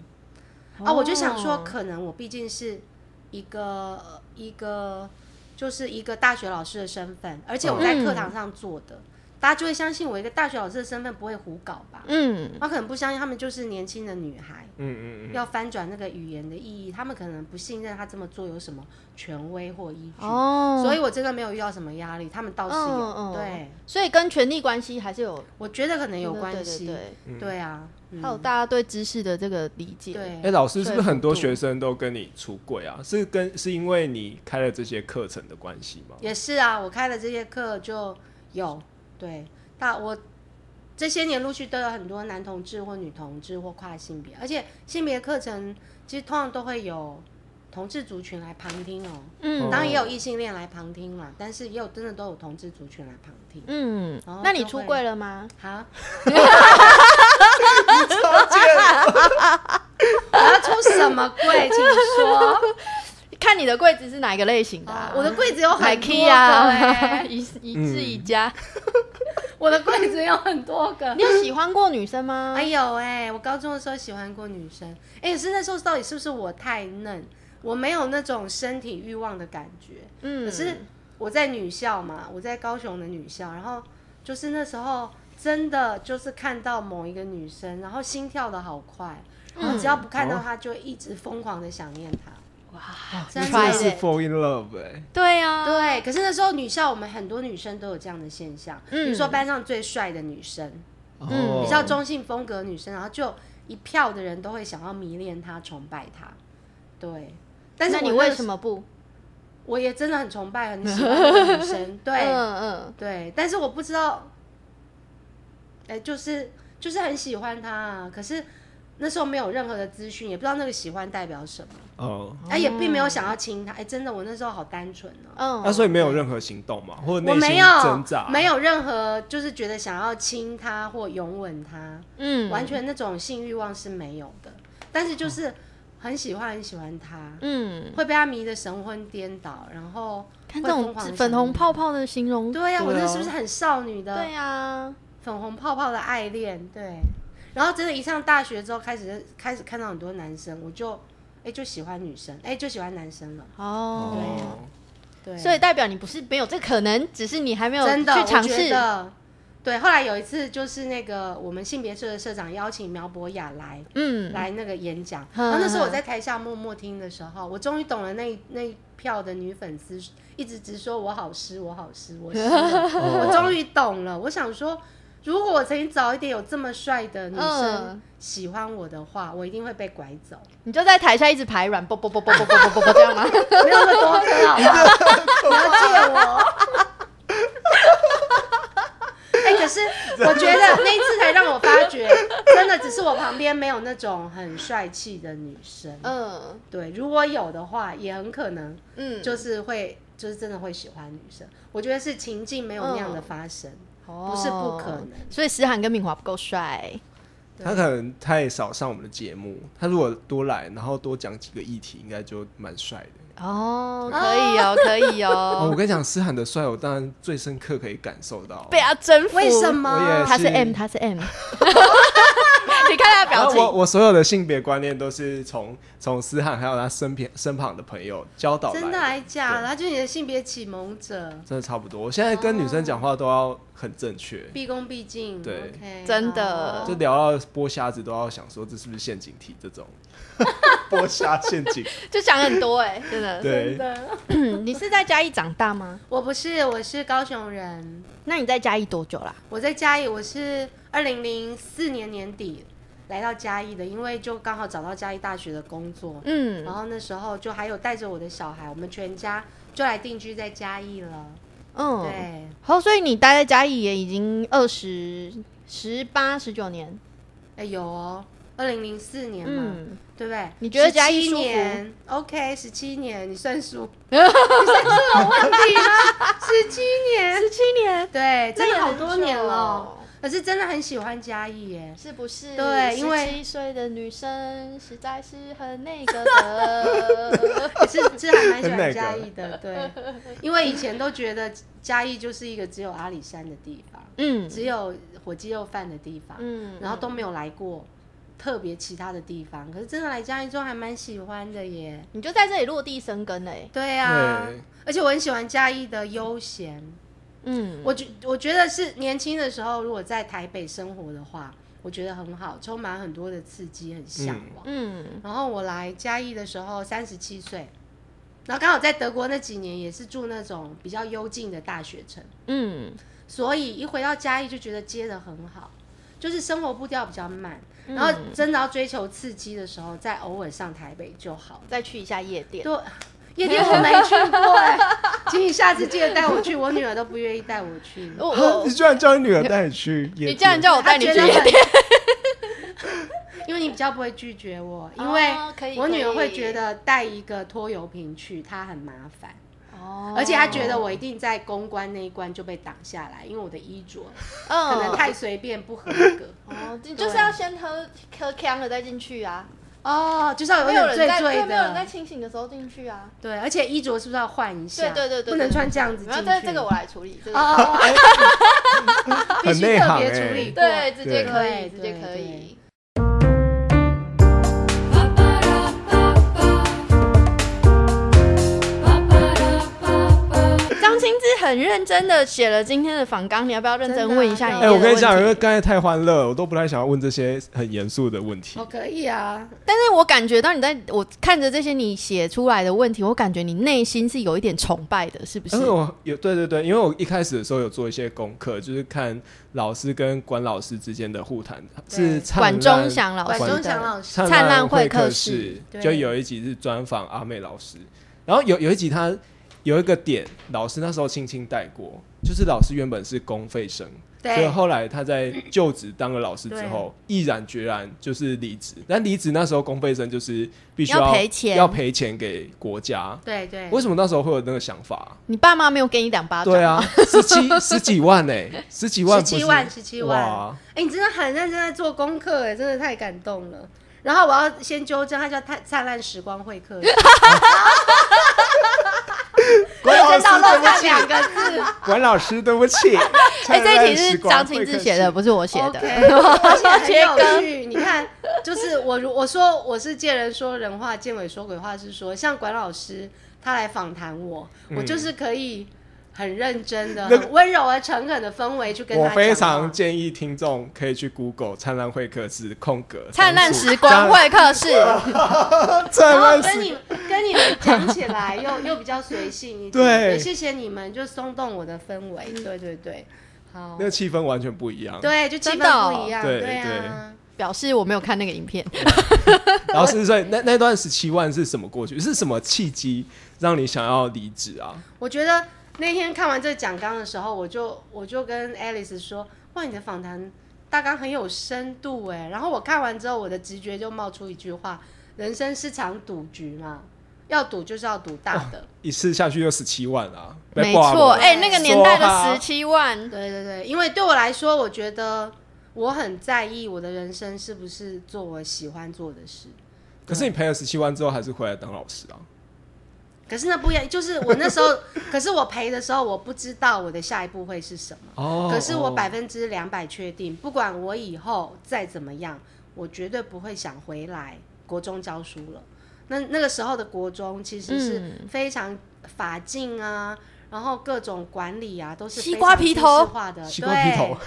Speaker 2: 啊，我就想说，
Speaker 3: 哦
Speaker 2: 可能我毕竟是一个一个就是一个大学老师的身份，而且我在课
Speaker 3: 嗯
Speaker 2: 堂上做的，大家就会相信我一个大学老师的身份不会胡搞吧？
Speaker 3: 嗯，
Speaker 2: 他可能不相信他们就是年轻的女孩，
Speaker 1: 嗯嗯嗯，
Speaker 2: 要翻转那个语言的意义，他们可能不信任他这么做有什么权威或依据。
Speaker 3: 哦，
Speaker 2: 所以我真的没有遇到什么压力，他们倒是有。
Speaker 3: 嗯嗯
Speaker 2: 对，
Speaker 3: 所以跟权力关系还是有
Speaker 2: 我觉得可能有关系。
Speaker 3: 对对
Speaker 1: 嗯
Speaker 2: 对啊，
Speaker 3: 对
Speaker 2: 嗯
Speaker 3: 还有大家对知识的这个理解。
Speaker 2: 对
Speaker 1: 哎、老师是不是
Speaker 3: 对
Speaker 1: 很多
Speaker 3: 幅度
Speaker 1: 学生都跟你出柜啊？是跟是因为你开了这些课程的关系 吗？
Speaker 2: 也是啊，我开的这些课就有对，大我这些年陆续都有很多男同志或女同志或跨性别，而且性别课程其实通常都会有同志族群来旁听哦，
Speaker 3: 嗯
Speaker 2: 当
Speaker 1: 哦
Speaker 2: 然也有异性恋来旁听啦，但是也有真的都有同志族群来旁听。
Speaker 3: 嗯
Speaker 2: 然后，
Speaker 3: 那你
Speaker 2: 就
Speaker 3: 出
Speaker 2: 会
Speaker 3: 柜了吗？
Speaker 2: 好，
Speaker 1: 超贱！
Speaker 2: 我要出什么柜，请
Speaker 3: 啊
Speaker 2: 说。
Speaker 3: 看你的柜子是哪一个类型的
Speaker 2: 哦
Speaker 3: 啊？
Speaker 2: 我的柜子有很多
Speaker 3: IKEA
Speaker 2: 个哎、
Speaker 3: 啊，一一置一家。
Speaker 2: 我的柜子有很多个
Speaker 3: 你。有喜欢过女生吗
Speaker 2: 哎？有哎、我高中的时候喜欢过女生，哎、可是那时候到底是不是我太嫩？我没有那种身体欲望的感觉。
Speaker 3: 嗯
Speaker 2: 可是我在女校嘛，我在高雄的女校，然后就是那时候真的就是看到某一个女生，然后心跳的好快，
Speaker 3: 嗯
Speaker 2: 然后只要不看到她，就会一直疯狂的想念她。
Speaker 3: 哇，
Speaker 2: 真
Speaker 1: 真
Speaker 2: 的
Speaker 1: 的
Speaker 2: 耶
Speaker 1: 是 fall in love 哎、
Speaker 3: 对啊，
Speaker 2: 对，可是那时候女校我们很多女生都有这样的现象，比如说
Speaker 3: 嗯
Speaker 2: 班上最帅的女生，
Speaker 1: 哦
Speaker 2: 嗯比较中性风格的女生，然后就一票的人都会想要迷恋她、崇拜她。对，但是
Speaker 3: 那你
Speaker 2: 我那
Speaker 3: 为
Speaker 2: 个
Speaker 3: 什么不？
Speaker 2: 我也真的很崇拜，很喜 欢这个女生，对、
Speaker 3: 嗯
Speaker 2: 对，但是我不知道，哎、就是就是很喜欢她、啊，可是那时候没有任何的资讯，也不知道那个喜欢代表什么，
Speaker 1: 哦，
Speaker 2: 哎、也并没有想要亲她，哎、真的，我那时候好单纯哦、
Speaker 3: 嗯
Speaker 1: 那所以没有任何行动嘛，或者
Speaker 2: 我
Speaker 1: 内心
Speaker 2: 没有
Speaker 1: 挣扎，
Speaker 2: 没有任何就是觉得想要亲她或拥吻她，
Speaker 3: 嗯哦
Speaker 2: 完全那种性欲望是没有的，但是就是很喜欢很喜欢她，
Speaker 3: 嗯，
Speaker 2: 会被她迷得神魂颠倒，然后
Speaker 3: 看
Speaker 2: 会
Speaker 3: 这种
Speaker 2: 疯狂地
Speaker 3: 粉红
Speaker 2: 想
Speaker 3: 泡泡的形容，
Speaker 2: 对呀、我
Speaker 1: 对啊
Speaker 2: 那是不是很少女的？
Speaker 3: 对啊呀，
Speaker 2: 粉红泡泡的爱恋，对。然后真的，一上大学之后开始开始看到很多男生，我就哎、就喜欢女生，哎、就喜欢男生了，
Speaker 3: 哦。
Speaker 1: 哦，
Speaker 2: 对。
Speaker 3: 所以代表你不是没有这可能，只是你还没有
Speaker 2: 真的，
Speaker 3: 去尝
Speaker 2: 我觉
Speaker 3: 试。
Speaker 2: 得对，后来有一次就是那个我们性别社的社长邀请苗博雅来、
Speaker 3: 嗯，
Speaker 2: 来那个演讲，
Speaker 3: 嗯
Speaker 2: 然后那时候我在台下默默听的时候，我终于懂了那一那一票的女粉丝一直直说我好湿，我好湿，我湿 了，我终于懂了。我想说，如果我曾经早一点有这么帅的女生
Speaker 3: 嗯
Speaker 2: 喜欢我的话，我一定会被拐走，
Speaker 3: 你就在台下一直排卵，啵啵啵啵啵啵啵啵啵这样吗？
Speaker 2: 没有那么多啊颗好吗？了解 我。哎、可是我觉得那一次才让我发觉，真的只是我旁边没有那种很帅气的女生。
Speaker 3: 嗯
Speaker 2: 对，如果有的话，也很可能
Speaker 3: 嗯，
Speaker 2: 就是会，就是真的会喜欢女生。我觉得是情境没有那
Speaker 3: 嗯
Speaker 2: 样的发生，
Speaker 3: 不
Speaker 2: 是不可能
Speaker 3: 嗯所以思涵跟敏华不够帅，
Speaker 1: 他可能太少上我们的节目，他如果多来，然后多讲几个议题，应该就蛮帅的。
Speaker 3: 哦，可以哦，可以
Speaker 1: 哦，我
Speaker 3: 哦，
Speaker 1: 跟你讲，思涵的帅，我当然最深刻可以感受到。
Speaker 3: 被他征服。
Speaker 2: 为什
Speaker 1: 我也
Speaker 2: 么？
Speaker 3: 他是
Speaker 1: 是
Speaker 3: M，他是 M。你看他的
Speaker 1: 然后
Speaker 3: 表
Speaker 1: 我
Speaker 3: 情，
Speaker 1: 我所有的性别观念都是从从思涵还有他身边身旁的朋友教导来
Speaker 2: 真的啊还假
Speaker 1: 对
Speaker 2: 的？他就是你的性别启蒙者，
Speaker 1: 真的差不多。我现在跟女生讲话都要很正确，
Speaker 2: 毕恭毕敬。
Speaker 1: 对
Speaker 2: OK，
Speaker 3: 真的
Speaker 1: 就
Speaker 2: 好
Speaker 1: 聊到剥虾子都要想说这是不是陷阱题这种剥虾陷阱。
Speaker 3: 就讲很多哎，真
Speaker 2: 真
Speaker 3: 的。
Speaker 1: 对，
Speaker 2: 的，
Speaker 3: 嗯你是在嘉义长大吗？
Speaker 2: 我不是，我是高雄人。
Speaker 3: 那你在嘉义多久啦？
Speaker 2: 我在嘉义，我是二零零四年年底来到嘉义的，因为就刚好找到嘉义大学的工作，然
Speaker 3: 嗯，
Speaker 2: 后那时候就还有带着我的小孩，我们全家就来定居在嘉义了。
Speaker 3: 嗯，
Speaker 2: 对，
Speaker 3: 好，所以你待在嘉义也已经二十十八十九年，
Speaker 2: 哎有哦，二零零四年嘛，
Speaker 3: 嗯，
Speaker 2: 对不对？
Speaker 3: 你觉得嘉义
Speaker 2: 17
Speaker 3: 舒服
Speaker 2: 年？OK，十七年，你算数，你算数有问题吗？ 十七 年，
Speaker 3: 十七年，
Speaker 2: 对，
Speaker 3: 那
Speaker 2: 真的
Speaker 3: 也
Speaker 2: 好
Speaker 3: 很
Speaker 2: 多
Speaker 3: 久
Speaker 2: 年
Speaker 3: 哦
Speaker 2: 了。，可是真的很喜欢嘉义耶，
Speaker 3: 是不是？
Speaker 2: 对因为
Speaker 3: 七岁的女生实在是很那 个的。
Speaker 2: 是是还蛮喜
Speaker 1: 很那
Speaker 2: 欢
Speaker 1: 个
Speaker 2: 嘉义的，对，因为以前都觉得嘉义就是一个只有阿里山的地方，
Speaker 3: 嗯
Speaker 2: 只有火鸡肉饭的地方，
Speaker 3: 嗯
Speaker 2: 然后都没有来过特别其他的地方。可是真的来嘉义之后，还蛮喜欢的耶。
Speaker 3: 你就在这里落地生根欸嘞、
Speaker 2: 对啊，
Speaker 1: 对
Speaker 2: 而且我很喜欢嘉义的悠闲。
Speaker 3: 嗯，
Speaker 2: 我觉我觉得是年轻的时候，如果在台北生活的话，我觉得很好，充满很多的刺激，很向往。
Speaker 3: 嗯
Speaker 2: 然后我来嘉义的时候三十七岁，然后刚好在德国那几年也是住那种比较幽静的大学城，
Speaker 3: 嗯，
Speaker 2: 所以一回到嘉义就觉得接的很好，就是生活步调比较慢，
Speaker 3: 嗯
Speaker 2: 然后真的要追求刺激的时候，再偶尔上台北就好。
Speaker 3: 再去一下夜店。
Speaker 2: 对，夜店我没去过、哎请你下次记得带我去，我女儿都不愿意带我去。
Speaker 3: 我
Speaker 1: 啊
Speaker 3: 我
Speaker 1: 你居然叫你女儿带你去夜店，
Speaker 3: 哦你竟然叫我带你
Speaker 2: 她
Speaker 3: 去
Speaker 2: 觉
Speaker 3: 夜
Speaker 2: 得
Speaker 3: 店，
Speaker 2: 很因为你比较不会拒绝我，因为
Speaker 3: 哦可以
Speaker 2: 我女儿会
Speaker 3: 可以
Speaker 2: 觉得带一个拖油瓶去，她很麻烦。
Speaker 3: 哦
Speaker 2: 而且他觉得我一定在公关那一关就被挡下来，因为我的衣着
Speaker 3: 嗯
Speaker 2: 可能太啊随便不合格。
Speaker 3: 哦，你就是要先喝喝呛了再进去啊，
Speaker 2: 哦，就是要有
Speaker 3: 没有
Speaker 2: 点
Speaker 3: 人
Speaker 2: 醉
Speaker 3: 在对，
Speaker 2: 醉
Speaker 3: 没有人在
Speaker 2: 的，
Speaker 3: 清醒的时候进去啊。
Speaker 2: 对，而且衣着是不是要换一下？
Speaker 3: 对对对对
Speaker 2: 不能穿这样子进
Speaker 3: 然后
Speaker 2: 去。
Speaker 3: 这这个我来处理，这
Speaker 2: 哦
Speaker 3: 个
Speaker 2: 哦哦哦，必
Speaker 1: 很
Speaker 2: 须
Speaker 1: 内
Speaker 2: 特
Speaker 1: 行
Speaker 2: 别
Speaker 1: 哎、
Speaker 2: 处理过。
Speaker 3: 对，直接可以，
Speaker 2: 对
Speaker 3: 直接可
Speaker 2: 对
Speaker 3: 以。张清之很认真的写了今天的访纲，你要不要认真问一下
Speaker 1: 哎、
Speaker 2: 真
Speaker 3: 你？
Speaker 2: 的啊
Speaker 1: 我跟你讲，因为，刚才太欢乐，我都不太想要问这些很严肃的问题
Speaker 2: 哦，。可以啊，
Speaker 3: 但是我感觉到你在我看着这些你写出来的问题，我感觉你内心是有一点崇拜的，是不是
Speaker 1: 因为？哎我有对对对，因为我一开始的时候有做一些功课，就是看老师跟管老师之间的互谈，
Speaker 2: 对
Speaker 1: 是灿烂
Speaker 3: 管中祥老师
Speaker 2: 管
Speaker 3: 的，
Speaker 2: 中祥老师，
Speaker 1: 灿
Speaker 3: 灿烂
Speaker 1: 烂
Speaker 3: 会
Speaker 1: 会
Speaker 3: 客
Speaker 1: 客
Speaker 3: 室
Speaker 1: 室
Speaker 2: 对，
Speaker 1: 就有一集是专访阿妹老师，然后有有一集她有一个点，老师那时候轻轻带过，就是老师原本是公费生，所以
Speaker 2: 对，
Speaker 1: 后来他在就职当了老师之后，毅然决然就是离职。但离职那时候公费生就是必须
Speaker 3: 要赔钱
Speaker 1: 要赔钱给国家。
Speaker 2: 对对，
Speaker 1: 为什么那时候会有那个想法？啊
Speaker 3: 你爸妈没有给你两巴掌，
Speaker 1: 对 啊，十七十几万呢、十几万
Speaker 2: 十
Speaker 1: 不是，
Speaker 2: 七万，十七万，
Speaker 1: 哇，
Speaker 2: 哎、你真的很认真在做功课，哎，真的太感动了。然后我要先纠正，它叫《灿灿烂时光会 客室》，
Speaker 1: 管老
Speaker 2: 我
Speaker 1: 师
Speaker 2: 到
Speaker 1: 对
Speaker 2: 漏
Speaker 1: 不
Speaker 2: 掉
Speaker 1: 起，
Speaker 2: 两个字。
Speaker 1: 管老 师对不起。
Speaker 3: 哎、这
Speaker 1: 灿
Speaker 3: 一题
Speaker 1: 烂
Speaker 3: 是
Speaker 1: 时光
Speaker 3: 张清志写的，不是我写
Speaker 2: OK，
Speaker 3: 的。
Speaker 2: 而且很有趣。你看，就是我如我说我是见人说人话，见鬼说鬼话，是说像管老师他来访谈我，我就是可以很认真的、
Speaker 1: 嗯那
Speaker 2: 很温柔而诚恳的氛围去跟他
Speaker 1: 我
Speaker 2: 讲话。
Speaker 1: 非常建议听众可以去 Google“ 灿烂会客室”空格
Speaker 3: 灿烂时光 会哦客室，
Speaker 1: 灿
Speaker 2: 然后
Speaker 1: 烂
Speaker 2: 跟
Speaker 1: 时
Speaker 2: 你跟你们讲起来又又比较随性一点，
Speaker 1: 对
Speaker 2: 谢谢你们就松动我的氛围，
Speaker 3: 嗯
Speaker 2: 对对对，好
Speaker 1: 那，个气氛完全不一样。
Speaker 2: 对就气
Speaker 3: 真的哦
Speaker 2: 氛不一
Speaker 1: 嗯
Speaker 2: 样，
Speaker 1: 对
Speaker 2: 啊，
Speaker 3: 表示我没有看那个影片。
Speaker 1: 然后是所以那那段十七万是什么过去？是什么契机让你想要离职啊？
Speaker 2: 我觉得那天看完这讲纲的时候，我就我就跟 Alice 说，哇，你的访谈大纲很有深度哎，然后我看完之后，我的直觉就冒出一句话：人生是场赌局嘛，要赌就是要赌大的。
Speaker 1: 一次下去就十七万啊！
Speaker 3: 没错，
Speaker 1: 哎、
Speaker 3: 哎、那个年代
Speaker 1: 说啊
Speaker 3: 的十七万，
Speaker 2: 对对对，因为对我来说，我觉得我很在意我的人生是不是做我喜欢做的事。
Speaker 1: 可是你赔了十七万之后，还是回来当老师啊？
Speaker 2: 可是那不一样，就是我那时候， 可是我赔的时候，我不知道我的下一步会是什么。
Speaker 1: 哦
Speaker 2: 可是我百
Speaker 1: 哦
Speaker 2: 分之两百确定，不管我以后再怎么样，我绝对不会想回来国中教书了。那那个时候的国中其实是
Speaker 3: 嗯
Speaker 2: 非常法禁啊，然后各种管理啊都是
Speaker 3: 西
Speaker 2: 非
Speaker 3: 瓜
Speaker 2: 常
Speaker 3: 皮
Speaker 2: 军
Speaker 3: 头
Speaker 2: 事化的，
Speaker 1: 西瓜皮
Speaker 2: 对
Speaker 1: 头，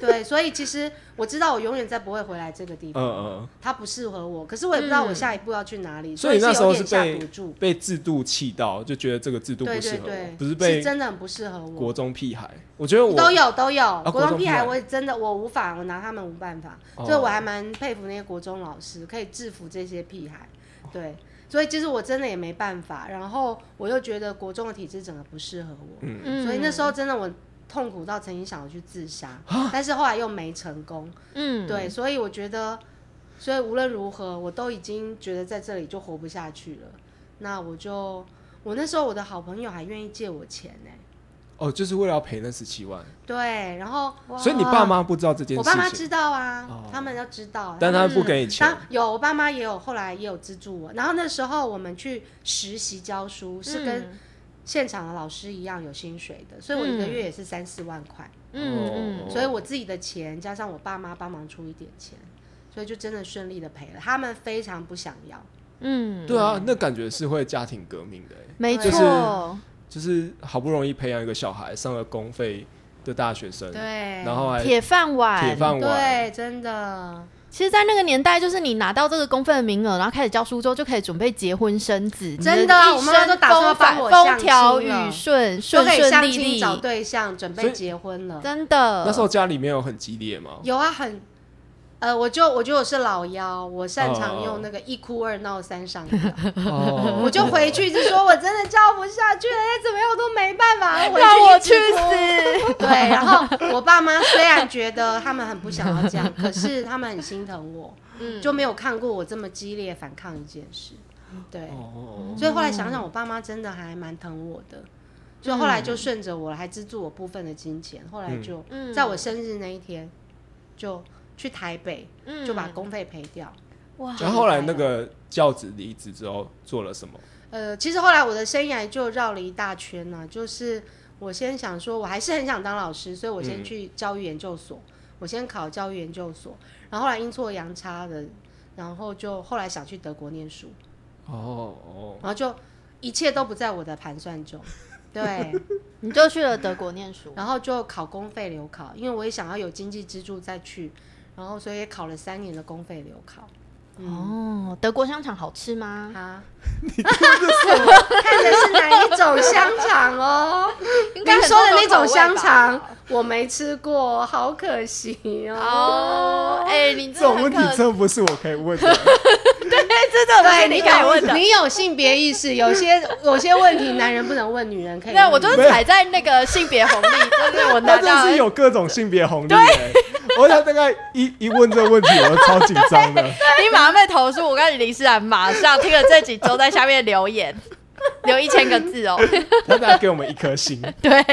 Speaker 2: 对，所以其实我知道我永远再不会回来这个地
Speaker 1: 嗯
Speaker 2: 方，
Speaker 1: 嗯
Speaker 2: 它不适合我。可是我也不知道我下一步要去哪里，
Speaker 1: 嗯，所
Speaker 2: 所
Speaker 1: 以你那时
Speaker 2: 有
Speaker 1: 候是
Speaker 2: 点下
Speaker 1: 被
Speaker 2: 赌注。
Speaker 1: 嗯被制度气到，就觉得这个制度不
Speaker 2: 对
Speaker 1: 适
Speaker 2: 对
Speaker 1: 合我，
Speaker 2: 对，
Speaker 1: 不是
Speaker 2: 是
Speaker 1: 被
Speaker 2: 真的很不适合我。
Speaker 1: 国中屁孩。我觉得我啊
Speaker 2: 都有都有，
Speaker 1: 国
Speaker 2: 国
Speaker 1: 中
Speaker 2: 中
Speaker 1: 屁
Speaker 2: 屁孩
Speaker 1: 孩
Speaker 2: 我也真的我无法，我拿他们无办法，
Speaker 1: 哦
Speaker 2: 所以我还蛮佩服那些国中老师可以制服这些屁孩，对，所以其实我真的也没办法，然后我又觉得国中的体制整个不适合我，
Speaker 1: 嗯
Speaker 3: 嗯，
Speaker 2: 所以那时候真的我痛苦到曾经想要去自杀，
Speaker 1: 啊
Speaker 2: 但是后来又没成功，
Speaker 3: 嗯，
Speaker 2: 对，所以我觉得，所以无论如何，我都已经觉得在这里就活不下去了，那我就我那时候我的好朋友还愿意借我钱呢、
Speaker 1: 哦，就是为了要赔那十七万，
Speaker 2: 对，然后
Speaker 1: 所以你爸妈不知道这件
Speaker 2: 我
Speaker 1: 事
Speaker 2: 爸妈
Speaker 1: 情，
Speaker 2: 知道啊，
Speaker 1: 哦
Speaker 2: 他们要知道。啊嗯
Speaker 1: 但他
Speaker 2: 们
Speaker 1: 们不给你钱
Speaker 2: 当，有我爸妈也有后来也有资助我，然后那时候我们去实习教书，是跟
Speaker 3: 嗯
Speaker 2: 现场的老师一样有薪水的，所以我一个
Speaker 3: 嗯
Speaker 2: 月也是三四万块，
Speaker 3: 嗯
Speaker 1: 哦
Speaker 3: 嗯，
Speaker 2: 所以我自己的钱加上我爸妈帮忙出一点钱，所以就真的顺利的赔了。他们非常不想要，
Speaker 3: 嗯，
Speaker 1: 对啊，那感觉是会家庭革命的、欸，
Speaker 3: 没
Speaker 1: 就是
Speaker 3: 错，
Speaker 1: 就是好不容易培养一个小孩上了公费的大学生，
Speaker 2: 对，
Speaker 1: 然后还
Speaker 3: 铁饭碗，
Speaker 1: 哎铁饭碗，
Speaker 2: 对，真的，
Speaker 3: 其实，在那个年代，就是你拿到这个公费的名额，然后开始教书之后，就可以准备结婚生子，
Speaker 2: 真的啊
Speaker 3: 你一
Speaker 2: 我妈妈都打算要
Speaker 3: 生风
Speaker 2: 帮我相
Speaker 3: 帆
Speaker 2: 亲
Speaker 3: 风调雨
Speaker 2: 了
Speaker 3: 顺，
Speaker 2: 都
Speaker 3: 顺
Speaker 2: 可以
Speaker 3: 顺
Speaker 2: 相
Speaker 3: 利
Speaker 2: 亲
Speaker 3: 利，
Speaker 2: 找对象，准
Speaker 1: 所
Speaker 2: 备
Speaker 1: 以
Speaker 2: 结婚了。
Speaker 3: 真的。
Speaker 1: 那时候家里面有很激烈吗？
Speaker 2: 有啊，很，呃，我就我觉得我是老幺，我擅
Speaker 1: 哦
Speaker 2: 长
Speaker 1: 哦
Speaker 2: 用那个一哭二闹三上吊，
Speaker 1: 哦
Speaker 2: 我就回去就说我真的教不下去了，再怎么样我都没办法，回
Speaker 3: 让我去
Speaker 2: 去一直哭。
Speaker 3: 死，
Speaker 2: 对，然后我爸妈虽然觉得他们很不想要这样，可是他们很心疼我，
Speaker 3: 嗯，
Speaker 2: 就没有看过我这么激烈反抗一件事。对，
Speaker 1: 哦，
Speaker 2: 所以后来想想，我爸妈真的还蛮疼我
Speaker 3: 嗯
Speaker 2: 的，所以后来就顺着我，还资助我部分的金钱。后来就
Speaker 3: 嗯
Speaker 2: 在我生日那一天，就去台北，
Speaker 3: 嗯
Speaker 2: 就把公费赔掉。
Speaker 3: 哇，
Speaker 1: 然后后来那个教职离职之后做了什么？
Speaker 2: 呃，其实后来我的生涯就绕了一大圈呢、就是我先想说，我还是很想当老师，所以我先去教育研究所，我先考教育研究所，然后后来阴错阳差的，然后就后来想去德国念书，
Speaker 1: 哦哦，
Speaker 2: 然后就一切都不在我的盘算中， 对。
Speaker 3: 你就去了德国念书，
Speaker 2: 然后就考公费留考，因为我也想要有经济支柱再去，然后所以也考了三年的公费留考。嗯，
Speaker 3: 哦，德国香肠好吃吗？
Speaker 2: 啊， 看的是哪一种香肠哦？
Speaker 3: 应
Speaker 2: 您
Speaker 3: 该很
Speaker 2: 说
Speaker 3: 多
Speaker 2: 的那
Speaker 3: 种口
Speaker 2: 种
Speaker 3: 味
Speaker 2: 香
Speaker 3: 吧
Speaker 2: 肠我没吃过，好可惜哦。
Speaker 3: 哦，哎，你
Speaker 1: 这种问题
Speaker 3: 很可
Speaker 1: 真的不是我可以问的，
Speaker 3: 对，这这不是
Speaker 2: 你
Speaker 3: 你可以问
Speaker 2: 有
Speaker 3: 的。
Speaker 2: 你有性别意识， 有些有些问题男人不能问，女人可以问。
Speaker 3: 啊那我就是踩在那个性别 红利，就是我
Speaker 1: 他
Speaker 3: 拿
Speaker 1: 真
Speaker 3: 到
Speaker 1: 的是有各种性别红利、 欸。我想大概一一问这个问题，我都超紧张的。
Speaker 3: 你马上被投诉，我跟林思然啊马上听了这几周在下面 留言，留一千个字哦。
Speaker 1: 他大概给我们一颗星，
Speaker 3: 对，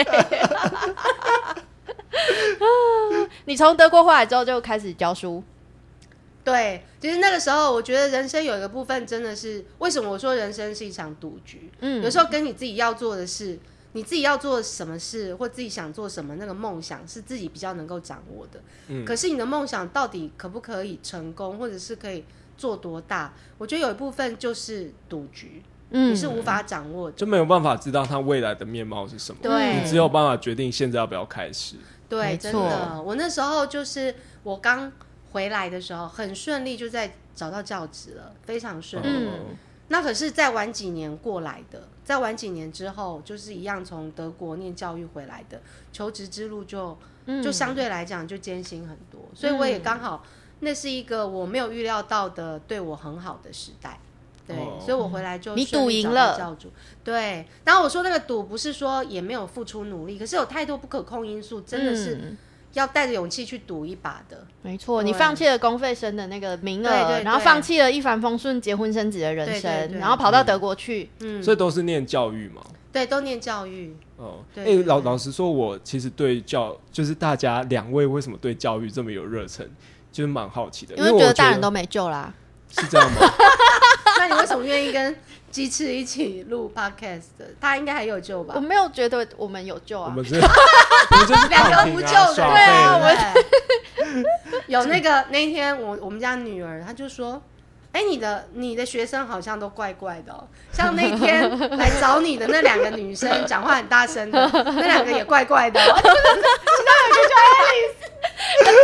Speaker 3: 你从德国回来之后就开始教书，
Speaker 2: 对，其实那个时候我觉得人生有一个部分真的是，为什么我说人生是一场赌局？
Speaker 3: 嗯
Speaker 2: 有时候跟你自己要做的事，你自己要做什么事，或自己想做什么，那个梦想是自己比较能够掌握的。
Speaker 1: 嗯
Speaker 2: 可是你的梦想到底可不可以成功，或者是可以做多大？我觉得有一部分就是赌局，
Speaker 3: 嗯
Speaker 2: 你是无法掌握的。
Speaker 1: 就没有办法知道他未来的面貌是什么。
Speaker 3: 嗯
Speaker 2: 对
Speaker 1: 你只有办法决定现在要不要开始。
Speaker 2: 对，
Speaker 3: 没
Speaker 2: 真
Speaker 3: 错
Speaker 2: 的，我那时候就是我刚回来的时候，很顺利就在找到教职了，非常
Speaker 1: 哦
Speaker 2: 顺利。
Speaker 3: 嗯
Speaker 2: 那可是再晚几年过来的，再晚几年之后，就是一样从德国念教育回来的，求职之路就
Speaker 3: 嗯
Speaker 2: 就相对来讲就艰辛很多，所以我也刚好那是一个我没有预料到的对我很好的时代。对，
Speaker 1: 哦
Speaker 2: 所以我回来就
Speaker 3: 你
Speaker 2: 顺利
Speaker 3: 赌赢
Speaker 2: 找到
Speaker 3: 了
Speaker 2: 教主。对，然后我说那个赌不是说也没有付出努力，可是有太多不可控因素，真的是
Speaker 3: 嗯
Speaker 2: 要带着勇气去赌一把的。
Speaker 3: 没错，
Speaker 2: 对
Speaker 3: 你放弃了公费生的那个名额，
Speaker 2: 对对对
Speaker 3: 然后放弃了一帆风顺结婚生子的人生，
Speaker 2: 对对对
Speaker 3: 然后跑到德国去，
Speaker 2: 嗯，
Speaker 1: 所以都是念教育嘛。
Speaker 2: 对，都念教育。
Speaker 1: 哦，哎、
Speaker 2: 对对
Speaker 1: 老
Speaker 2: 对
Speaker 1: 老实说，我其实对教，就是大家两位为什么对教育这么有热忱，就是蛮好奇的。
Speaker 3: 因
Speaker 1: 为
Speaker 3: 为
Speaker 1: 我
Speaker 3: 觉
Speaker 1: 觉
Speaker 3: 得大人都没救啦。
Speaker 1: 是这样吗？
Speaker 2: 那你为什么愿意跟鸡翅一起录 podcast 的？他应该还有救吧
Speaker 3: 我？没有觉得我们有救
Speaker 1: 我
Speaker 3: 啊，
Speaker 1: 们 是，我们就是
Speaker 2: 两
Speaker 1: 躺
Speaker 2: 个
Speaker 1: 平
Speaker 2: 无救
Speaker 1: 啊，
Speaker 2: 的，
Speaker 1: 耍
Speaker 3: 对啊
Speaker 1: 废了。
Speaker 2: 对不对 有那个那一天我我们家女儿，她就说。哎，你的你的学生好像都怪怪的、哦，像那天来找你的那两个女生，讲话很大声的，那两个也怪怪的、哦。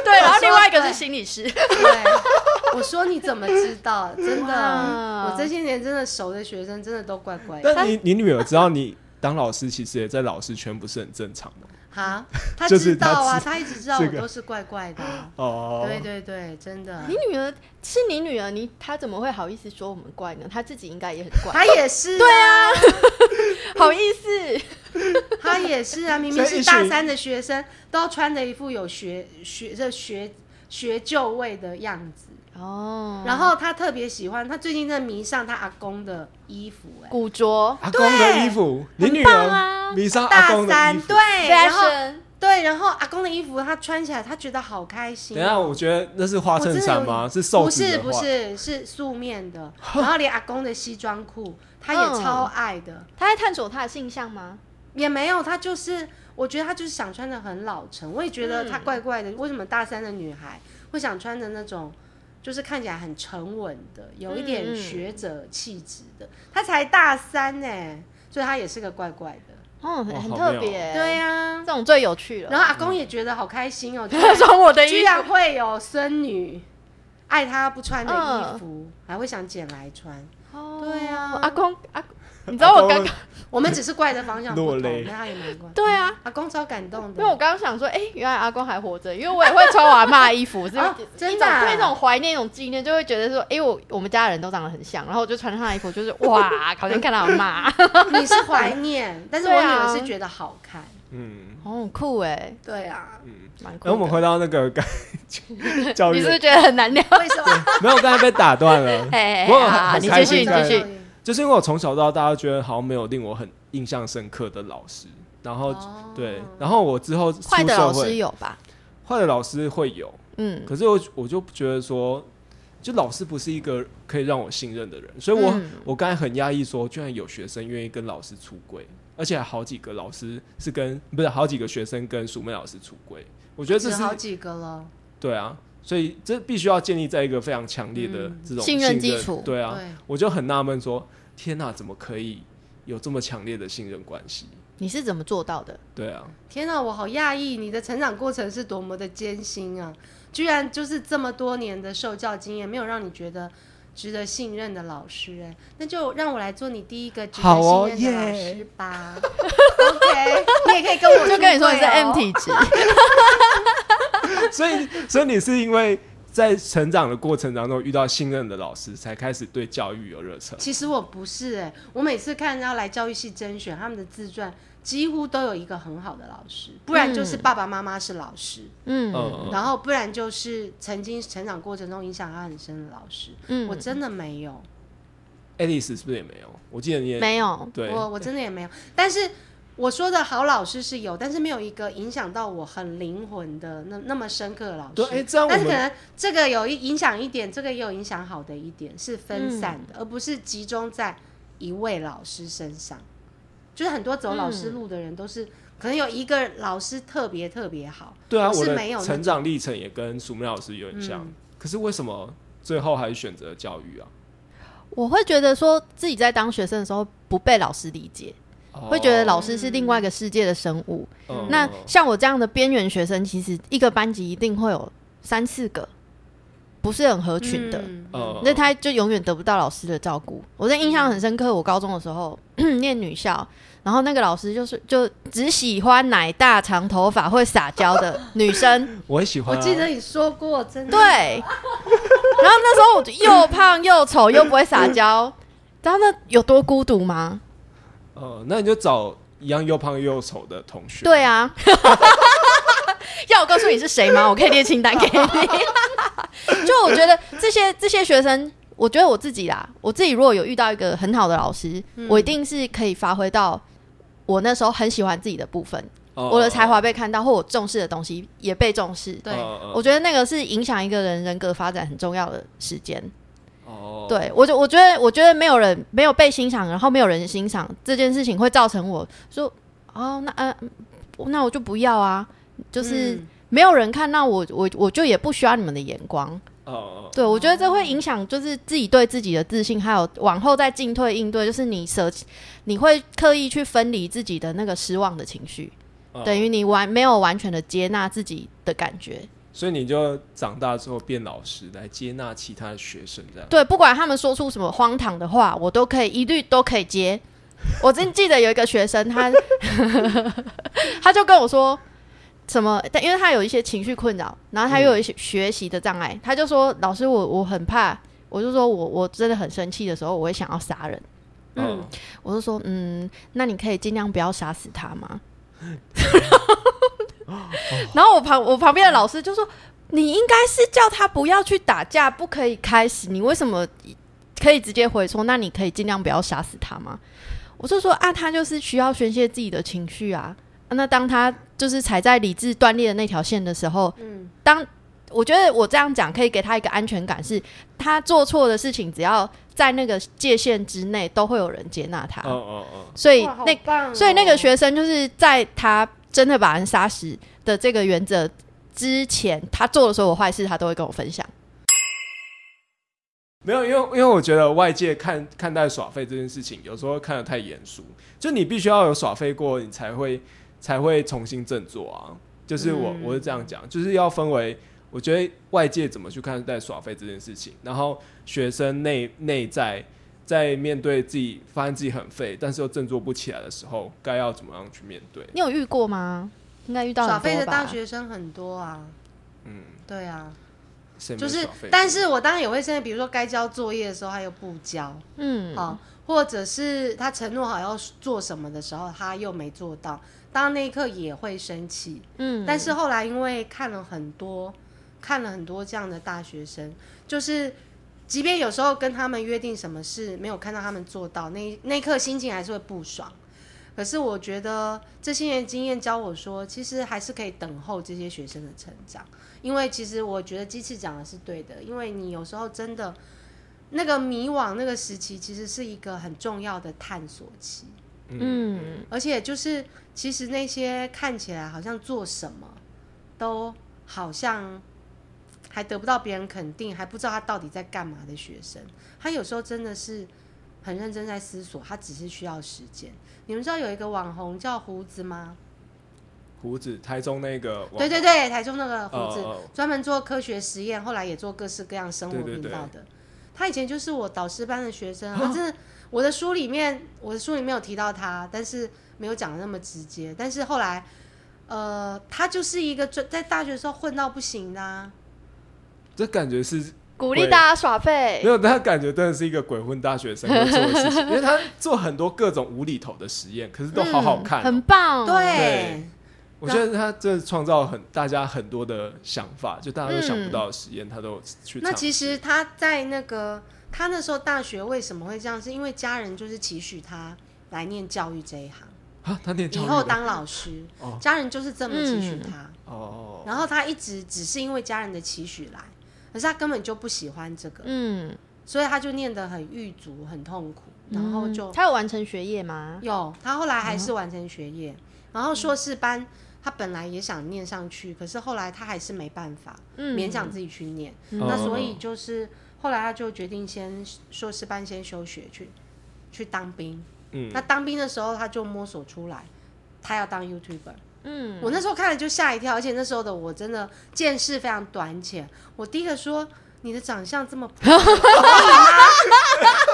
Speaker 3: 对，然后另外一个
Speaker 2: 对
Speaker 3: 是心理师，
Speaker 2: 对，我说你怎么知道？真的，
Speaker 3: 哇
Speaker 2: 我这些年真的熟的学生真的都怪怪的。
Speaker 1: 但你你女儿知道你当老师，其实也在老师圈不是很正常吗？
Speaker 2: 哈，她
Speaker 1: 就是
Speaker 2: 知
Speaker 1: 她
Speaker 2: 道啊，
Speaker 1: 知
Speaker 2: 她一直知道
Speaker 1: 这
Speaker 2: 我
Speaker 1: 个
Speaker 2: 都是怪怪的啊。
Speaker 1: 哦，
Speaker 2: 对对对，真的。
Speaker 3: 你女儿是你女儿，你她怎么会好意思说我们怪呢？她自己应该也很怪，
Speaker 2: 他也是、对啊，
Speaker 3: 好意思。
Speaker 2: 他也是 啊，明明是大三的学生，都要穿的一副有学学这学学就位的样子。
Speaker 1: 嗯
Speaker 3: 哦，
Speaker 2: 然后他特别喜欢，他最近在迷上他阿公的衣服、哎，
Speaker 3: 古着
Speaker 1: 阿公的衣服，你女
Speaker 3: 很棒啊
Speaker 1: 儿迷上阿
Speaker 2: 大
Speaker 1: 公的衣
Speaker 2: 三
Speaker 1: 服。
Speaker 2: 对，
Speaker 3: 哎
Speaker 2: 然后
Speaker 3: ，fashion，
Speaker 2: 对，然后阿公的衣服他穿起来，他觉得好开心
Speaker 1: 等一。下，我觉得那是花
Speaker 2: 我真
Speaker 1: 衬
Speaker 2: 的
Speaker 1: 衫
Speaker 2: 有
Speaker 1: 吗？
Speaker 2: 点
Speaker 1: 是瘦
Speaker 2: 不
Speaker 1: 子
Speaker 2: 是
Speaker 1: 的
Speaker 2: 不
Speaker 1: 话
Speaker 2: 是是素 面的，然后连阿公的西装裤，他也
Speaker 3: 嗯
Speaker 2: 超爱的。
Speaker 3: 她在探索她的性向吗？
Speaker 2: 也没有，她就是，我觉得她就是想穿的很老成。我也觉
Speaker 3: 嗯
Speaker 2: 得她怪怪的，为什么大三的女孩会想穿的那种，就是看起来很沉稳的，有一点
Speaker 3: 嗯嗯
Speaker 2: 学者气质
Speaker 3: 嗯
Speaker 2: 的？她才大三呢、所以她也是个怪怪的。
Speaker 1: 哇
Speaker 3: 哦，很很
Speaker 1: 好
Speaker 3: 特
Speaker 1: 妙
Speaker 3: 别，
Speaker 2: 对、呀、
Speaker 3: 这种最有趣
Speaker 2: 然
Speaker 3: 了。
Speaker 2: 后阿公也觉得好开心哦、居
Speaker 3: 她
Speaker 2: 然
Speaker 3: 说我的
Speaker 2: 居
Speaker 3: 衣服
Speaker 2: 然会有孙女爱她不穿的衣服，还会想捡来穿。，
Speaker 3: 嗯哦
Speaker 2: 对啊
Speaker 3: 阿公阿，你知道我刚
Speaker 1: 阿
Speaker 3: 刚
Speaker 2: 我们只是怪的方向不
Speaker 1: 落
Speaker 2: 同，
Speaker 1: 泪
Speaker 2: 那她也蛮怪。
Speaker 3: 对啊，
Speaker 2: 阿公超感动的
Speaker 3: 因为，我刚刚想说，哎、原来阿公还活着，因为我也会穿我阿妈的衣服， 是、
Speaker 2: 哦
Speaker 3: 一
Speaker 2: 真的
Speaker 3: 种
Speaker 2: 啊
Speaker 3: 对一种怀念、一种纪念，就会觉得说，哎、我我们家人都长得很像，然后我就穿上她的衣服，就是哇，好像看到阿妈，
Speaker 2: 你是怀念，但是我
Speaker 3: 对
Speaker 2: 女
Speaker 3: 啊
Speaker 2: 儿是觉得好看。
Speaker 1: 嗯
Speaker 3: 哦，很酷哎，
Speaker 2: 对啊，
Speaker 3: 蛮酷
Speaker 1: 哎然后我们
Speaker 3: 的。
Speaker 1: 回到那个教
Speaker 3: 你
Speaker 1: 育
Speaker 3: 是
Speaker 1: 的，
Speaker 3: 不是觉得很难 聊？
Speaker 2: 为什么？
Speaker 1: 没有，刚才被打断了。
Speaker 3: 哎、
Speaker 1: 我很
Speaker 3: 啊，
Speaker 1: 很
Speaker 3: 你
Speaker 1: 开
Speaker 3: 继
Speaker 1: 心
Speaker 3: 续，
Speaker 1: 在
Speaker 3: 你继续。
Speaker 1: 就是因为我从小到大都觉得好像没有令我很印象深刻的老师，然后、
Speaker 2: 哦
Speaker 1: 对，然后我之后出
Speaker 3: 坏的
Speaker 1: 社
Speaker 3: 老师
Speaker 1: 会，
Speaker 3: 有吧？
Speaker 1: 坏的老师会有，
Speaker 3: 嗯，
Speaker 1: 可是我我就觉得说，就老师不是一个可以让我信任的人，所以我、
Speaker 3: 嗯
Speaker 1: 我刚才很压抑说，居然有学生愿意跟老师出轨，而且好几个老师是跟不是好几个学生跟淑妹老师出轨，我觉得这
Speaker 3: 哦
Speaker 2: 只
Speaker 1: 是
Speaker 2: 好几个了。
Speaker 1: 对啊，所以这必须要建立在一个非常强烈的
Speaker 2: 嗯
Speaker 1: 这种
Speaker 3: 信任基础
Speaker 1: 对啊，
Speaker 2: 对
Speaker 1: 我就很纳闷说，天哪、怎么可以有这么强烈的信任关系？
Speaker 3: 你是怎么做到的？
Speaker 1: 对啊，
Speaker 2: 天啊，我好讶异，你的成长过程是多么的艰辛啊！居然就是这么多年的受教经验，没有让你觉得值得信任的老师、哎，那就让我来做你第一个值得
Speaker 1: 好哦
Speaker 2: 信任的老
Speaker 1: 耶
Speaker 2: 师吧。OK，你也可以哦跟我哦
Speaker 3: 就跟你说你是
Speaker 2: 出柜哦
Speaker 3: M 体质，
Speaker 1: 所以所以你是因为在成长的过程当中遇到信任的老师，才开始对教育有热忱。
Speaker 2: 其实我不是哎、我每次看要来教育系甄选他们的自传，几乎都有一个很好的老师，不然就是爸爸妈妈是老师，
Speaker 3: 嗯
Speaker 1: 嗯，
Speaker 2: 然后不然就是曾经成长过程中影响他很深的老师。
Speaker 3: 嗯，
Speaker 2: 我真的没有，
Speaker 1: Alice 是不是也没有？我记得你也
Speaker 3: 没有，
Speaker 1: 对，
Speaker 2: 我我真的也没有。但是我说的好老师是有，但是没有一个影响到我很灵魂的那那么深刻的老师。
Speaker 1: 对，哎、这样我
Speaker 2: 但是可
Speaker 1: 们
Speaker 2: 能这个有一影响一点，这个也有影响好的一点，是分散的，
Speaker 3: 嗯
Speaker 2: 而不是集中在一位老师身上。就是很多走老师路的人都是，可能有一个老师特别特别好，
Speaker 1: 对啊，
Speaker 2: 我
Speaker 1: 我
Speaker 2: 是
Speaker 1: 的
Speaker 2: 没有那
Speaker 1: 成长历程也跟鼠妹老师有点像，
Speaker 2: 嗯
Speaker 1: 可是为什么最后还是选择教育啊？
Speaker 3: 我会觉得说自己在当学生的时候不被老师理解，会觉得老师是另外一个世界的生物。
Speaker 1: 哦
Speaker 3: 那
Speaker 1: 嗯
Speaker 3: 像我这样的边缘学生，其实一个班级一定会有三四个不是很合群的，
Speaker 2: 嗯
Speaker 1: 嗯
Speaker 3: 那他就永远得不到老师的照顾。我在印象很深刻，我高中的时候
Speaker 1: 嗯
Speaker 3: 念女校，然后那个老师就是就只喜欢奶大、长头发、会撒娇的女生，
Speaker 1: 我很喜欢、
Speaker 2: 我
Speaker 1: 啊，哦
Speaker 2: 记得你说过，真的
Speaker 3: 对。然后那时候我就又胖又丑又不会撒娇，知道那有多孤独吗？
Speaker 1: 呃，那你就找一样又胖又丑的同学，
Speaker 3: 对啊， 要我告诉你是谁吗？我可以列清单给 你。就我觉得这些这些学生，我觉得我自己啦，我自己如果有遇到一个很好的老师，我一定是可以发挥到我那时候很喜欢自己的部分，
Speaker 1: 哦，
Speaker 3: 我的才华被看到，或我重视的东西也被重视。
Speaker 2: 对
Speaker 1: 哦，
Speaker 3: 我觉得那个是影响一个人人格发展很重要的时间。
Speaker 1: 哦，
Speaker 3: 对我就我觉得我觉得没有人没有被欣赏，然后没有人欣赏这件事情会造成我说哦那呃嗯那我就不要啊，就是
Speaker 2: 嗯
Speaker 3: 没有人看，那我我我就也不需要你们的眼光。
Speaker 1: 哦哦，
Speaker 3: 对我觉得这会影响就是自己对自己的自信，还有往后再进退应对，就是你舍你会刻意去分离自己的那个失望的情绪，
Speaker 1: 哦
Speaker 3: 等于你完没有完全的接纳自己的感觉。
Speaker 1: 所以你就长大之后变老师，来接纳其他的学生，这样。
Speaker 3: 对，不管他们说出什么荒唐的话，我都可以一律都可以接。我真记得有一个学生，他 他就跟我说什么，但因为他有一些情绪困扰，然后他又有一些学习的障碍，他就说：“老师，我我很怕。”我就说我我真的很生气的时候，我会想要杀人。
Speaker 1: 嗯，
Speaker 3: 我就说，嗯，那你可以尽量不要杀死他吗？然后我旁我旁边的老师就说，你应该是叫他不要去打架，不可以开始，你为什么可以直接回说，那你可以尽量不要杀死他吗？我就说啊，他就是需要宣泄自己的情绪啊。啊那当他就是踩在理智断裂的那条线的时候，
Speaker 2: 嗯
Speaker 3: 当我觉得我这样讲可以给他一个安全感是，他做错的事情只要在那个界限之内，都会有人接纳他。
Speaker 1: 哦哦哦，
Speaker 3: 所以
Speaker 2: 哇好
Speaker 3: 那、
Speaker 2: 棒哦
Speaker 3: 所以那个学生就是在他真的把人杀死的这个原则之前，他做的所有坏事，他都会跟我分享。
Speaker 1: 没有，因为因为我觉得外界看看待耍废这件事情，有时候看得太严肃，就你必须要有耍废过，你才会才会重新振作啊。就是我、
Speaker 2: 嗯
Speaker 1: 我是这样讲，就是要分为，我觉得外界怎么去看待耍废这件事情，然后学生内内在在面对自己发现自己很废，但是又振作不起来的时候，该要怎么样去面对？
Speaker 3: 你有遇过吗？应该遇到
Speaker 2: 耍
Speaker 3: 很
Speaker 2: 废
Speaker 3: 多
Speaker 2: 的大
Speaker 3: 吧。
Speaker 2: 学生很多啊，
Speaker 1: 嗯，
Speaker 2: 对啊，
Speaker 1: 谁没
Speaker 2: 就
Speaker 1: 耍
Speaker 2: 是
Speaker 1: 废，
Speaker 2: 但是我当然也会现在，比如说该交作业的时候，他又不交，
Speaker 3: 嗯，
Speaker 2: 啊，或者是他承诺好要做什么的时候，他又没做到，当然那一刻也会生气。
Speaker 3: 嗯，
Speaker 2: 但是后来因为看了很多，看了很多这样的大学生，就是即便有时候跟他们约定什么事没有看到他们做到，那那一刻心情还是会不爽。可是我觉得这些年经验教我说，其实还是可以等候这些学生的成长，因为其实我觉得鸡翅讲的是对的，因为你有时候真的那个迷惘那个时期，其实是一个很重要的探索期。
Speaker 3: 嗯，
Speaker 2: 而且就是，其实那些看起来好像做什么都好像还得不到别人肯定，还不知道他到底在干嘛的学生，他有时候真的是很认真在思索，他只是需要时间。你们知道有一个网红叫胡子吗？
Speaker 1: 胡子台中那个网
Speaker 2: 对对对，台中那个胡子
Speaker 1: 哦哦哦
Speaker 2: 专门做科学实验，后来也做各式各样生活
Speaker 1: 对对
Speaker 2: 频
Speaker 1: 对
Speaker 2: 道的。他以前就是我导师班的学 生，他真的，我的书里面，我的书里面有提到他，但是没有讲的那么直接。但是后来，呃，他就是一个专在大学的时候混到不行的啊、
Speaker 1: 这感觉是
Speaker 3: 鼓励大家耍废
Speaker 2: 哎
Speaker 1: 没。有，他感觉真的是一个鬼混大学生会做的事 情，因为他做很多各种无厘头的实验，可是都好好
Speaker 2: 嗯
Speaker 1: 看哦、
Speaker 3: 嗯很棒。
Speaker 2: 对啊
Speaker 1: 对，我觉得他真的创造了很大家很多的想法，就大家都想不到的实验，他都有去尝试。
Speaker 2: 嗯那其实他在那个他那时候大学为什么会这样？是因为家人就是期许他来念教育这一行，
Speaker 1: 啊，他念
Speaker 2: 以
Speaker 1: 教育
Speaker 2: 后
Speaker 1: 的
Speaker 2: 当老师，
Speaker 1: 哦
Speaker 2: 家人就是这么期许他。
Speaker 1: 哦，
Speaker 2: 然后他一直只是因为家人的期许来，可是他根本就不喜欢这个，
Speaker 3: 嗯，
Speaker 2: 所以他就念得很狱卒，很痛苦，然后就、
Speaker 3: 嗯他有完成学业吗？
Speaker 2: 有他后来还是完成学业，然后硕士班他本来也想念上去，可是后来他还是没办法，
Speaker 3: 嗯
Speaker 2: 勉强自己去念，
Speaker 1: 嗯
Speaker 2: 那
Speaker 1: 嗯
Speaker 2: 所
Speaker 1: 嗯
Speaker 2: 以就是后来他就决定先硕士班先休学去去当兵，
Speaker 1: 嗯，
Speaker 2: 那当兵的时候他就摸索出来。他要当 YouTuber，
Speaker 3: 嗯，
Speaker 2: 我那时候看了就吓一跳，而且那时候的我真的见识非常短浅。我第一个说你的长相 这么普通，可以吗？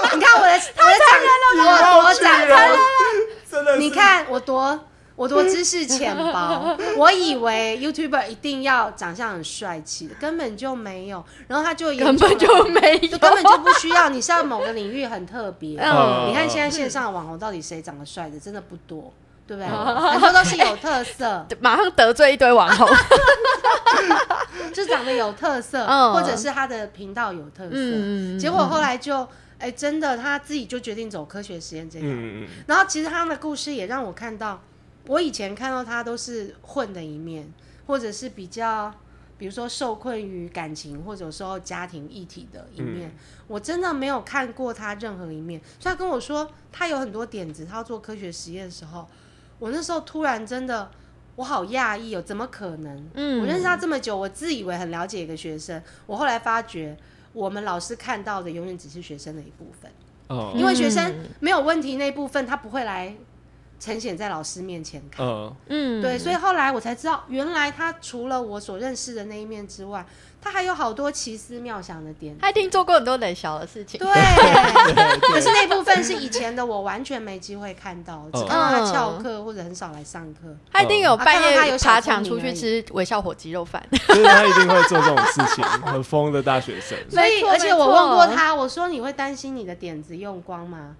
Speaker 2: 你看我的我的长我我长
Speaker 1: 太残忍了，真的是，
Speaker 2: 你看我多我多知识浅薄，我以为 YouTuber 一定要长相很帅气，根本就没有。然后他就研究
Speaker 3: 根本就没
Speaker 2: 就
Speaker 3: 有。
Speaker 2: 根本就不需 要，你是要某个领域很特别。
Speaker 1: 嗯
Speaker 2: 你看现在线上的网红到底谁长得帅的，真的不多，对不对？很多都是有特色，
Speaker 3: 马上得罪一堆网 红，
Speaker 2: 就长得有特色，
Speaker 3: 嗯
Speaker 2: 或者是他的频道有特色。
Speaker 3: 嗯嗯嗯
Speaker 2: 结果后来就，哎、真的他自己就决定走科学实验这一条。
Speaker 1: 嗯嗯
Speaker 2: 然后其实他的故事也让我看到，我以前看到他都是混的一面，或者是比较，比如说受困于感情或者说家庭议题的一面，我真的没有看过他任何一面。所以他跟我说他有很多点子，他要做科学实验的时候，我那时候突然真的。我好讶异哦，怎么可能？
Speaker 3: 嗯
Speaker 2: 我认识他这么久，我自以为很了解一个学生，我后来发觉，我们老师看到的永远只是学生的一部分。
Speaker 1: 嗯，哦，
Speaker 2: 因为学生没有问题那部分，他不会来呈现在老师面前看。
Speaker 1: 嗯，
Speaker 3: 嗯，
Speaker 2: 对，所以后来我才知道，原来他除了我所认识的那一面之外，他还有好多奇思妙想的点。
Speaker 3: 他一定做过很多冷小的事 情。
Speaker 2: 对，可是那部分是以前的我完全没机会看到，只看到他翘课或者很少来上课。
Speaker 3: 他一定有半
Speaker 2: 啊看到他
Speaker 3: 夜
Speaker 2: 有
Speaker 3: 爬
Speaker 2: 小
Speaker 3: 墙
Speaker 2: 聪
Speaker 3: 出
Speaker 2: 明
Speaker 3: 去
Speaker 2: 而已
Speaker 3: 吃微笑火鸡肉饭。
Speaker 1: 就是他一定会做这种事情，很疯的大学生。
Speaker 2: 所以
Speaker 3: 没，错
Speaker 2: 而且
Speaker 3: 没
Speaker 2: 我
Speaker 3: 错
Speaker 2: 问过他，我说你会担心你的点子用光吗？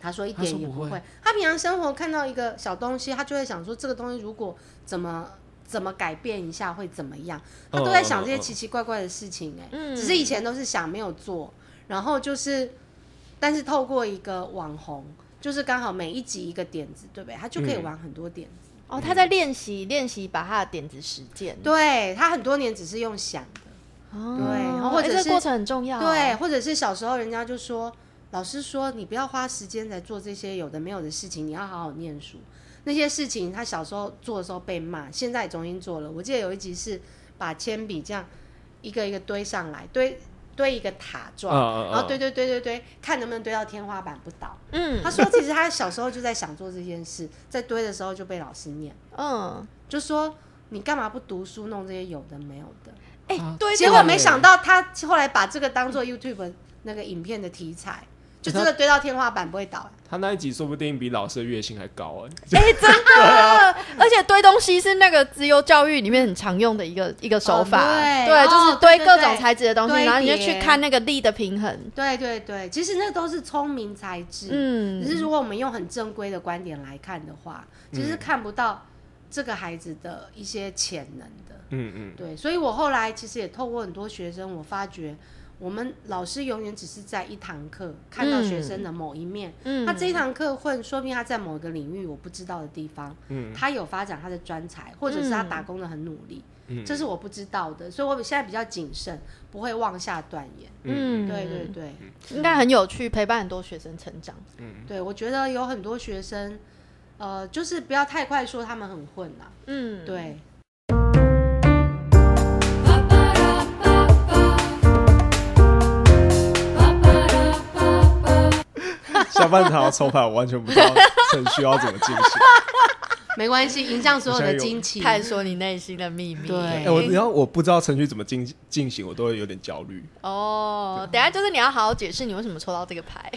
Speaker 2: 他说一
Speaker 1: 他
Speaker 2: 点
Speaker 1: 说
Speaker 2: 也
Speaker 1: 不
Speaker 2: 不
Speaker 1: 会
Speaker 2: 会。他平常生活看到一个小东西，他就会想说这个东西如果怎么怎么改变一下会怎么样，他都在
Speaker 1: 哦
Speaker 2: 想
Speaker 1: 嗯
Speaker 2: 这些奇奇怪怪的事情、哎、
Speaker 3: 嗯
Speaker 2: 只是以前都是想没有做，然后就是，但是透过一个网红，就是刚好每一集一个点子，对不对？他就可以
Speaker 1: 嗯
Speaker 2: 玩很多点子。
Speaker 3: 哦，他在练习练习把他的点子实践。
Speaker 2: 对他很多年只是用想的。
Speaker 3: 哦
Speaker 2: 对或者
Speaker 3: 哎这
Speaker 2: 是
Speaker 3: 个过程很重要。
Speaker 2: 对，，或者是小时候人家就说，老师说你不要花时间来做这些有的没有的事情，你要好好念书。那些事情他小时候做的时候被骂，现在也重新做了。我记得有一集是把铅笔这样一个一个堆上来，堆堆一个塔状，
Speaker 1: 嗯嗯嗯
Speaker 2: 然后堆堆堆堆堆，看能不能堆到天花板不倒。
Speaker 3: 嗯
Speaker 2: 他说其实他小时候就在想做这件事，在堆的时候就被老师念，
Speaker 3: 嗯，
Speaker 2: 就说你干嘛不读书弄这些有的没有的。
Speaker 3: 哎
Speaker 1: 啊，
Speaker 3: 对，
Speaker 2: 结果没想到他后来把这个当做 YouTube 那个影片的题材，就真的堆到天花板不会倒。
Speaker 1: 他那一集说不定比老师的月薪还高哎、
Speaker 3: 哎，真的，而且堆东西是那个自由教育里面很常用的一个一个手法，
Speaker 2: 哦对
Speaker 3: 对，
Speaker 2: 哦
Speaker 3: 就是
Speaker 2: 对
Speaker 3: 堆
Speaker 2: 对
Speaker 3: 各种材质的东西，
Speaker 2: 对
Speaker 3: 然后你就
Speaker 2: 堆
Speaker 3: 去
Speaker 2: 叠
Speaker 3: 看那个力的平衡。
Speaker 2: 对对对，其实那都是聪明才智。
Speaker 3: 嗯
Speaker 2: 只是如果我们用很正规的观点来看的话，其实是看不到这个孩子的一些潜能的。
Speaker 1: 嗯嗯，
Speaker 2: 对，所以我后来其实也透过很多学生，我发觉我们老师永远只是在一堂课看到学生的某一面。
Speaker 3: 嗯
Speaker 2: 他这一堂课混，说明他在某一个领域我不知道的地方，
Speaker 1: 嗯
Speaker 2: 他有发展他的专才，或者是他打工的很努力，
Speaker 1: 嗯
Speaker 2: 这是我不知道的，所以我现在比较谨慎，不会妄下断言。
Speaker 1: 嗯
Speaker 2: 对对对、
Speaker 3: 应该很有趣，陪伴很多学生成长。
Speaker 1: 嗯
Speaker 2: 对，我觉得有很多学生，呃，就是不要太快说他们很混啦、
Speaker 3: 嗯，
Speaker 2: 对。
Speaker 1: 下半场要抽牌，我完全不知道程序要怎么进行。
Speaker 2: 没关系，迎向所有的惊奇。
Speaker 3: 探索你内心的秘 密。
Speaker 2: 对
Speaker 1: 哎、我然后我不知道程序怎么进进行，我都会有点焦虑。
Speaker 3: 哦，等一下就是你要好好解释你为什么抽到这个牌。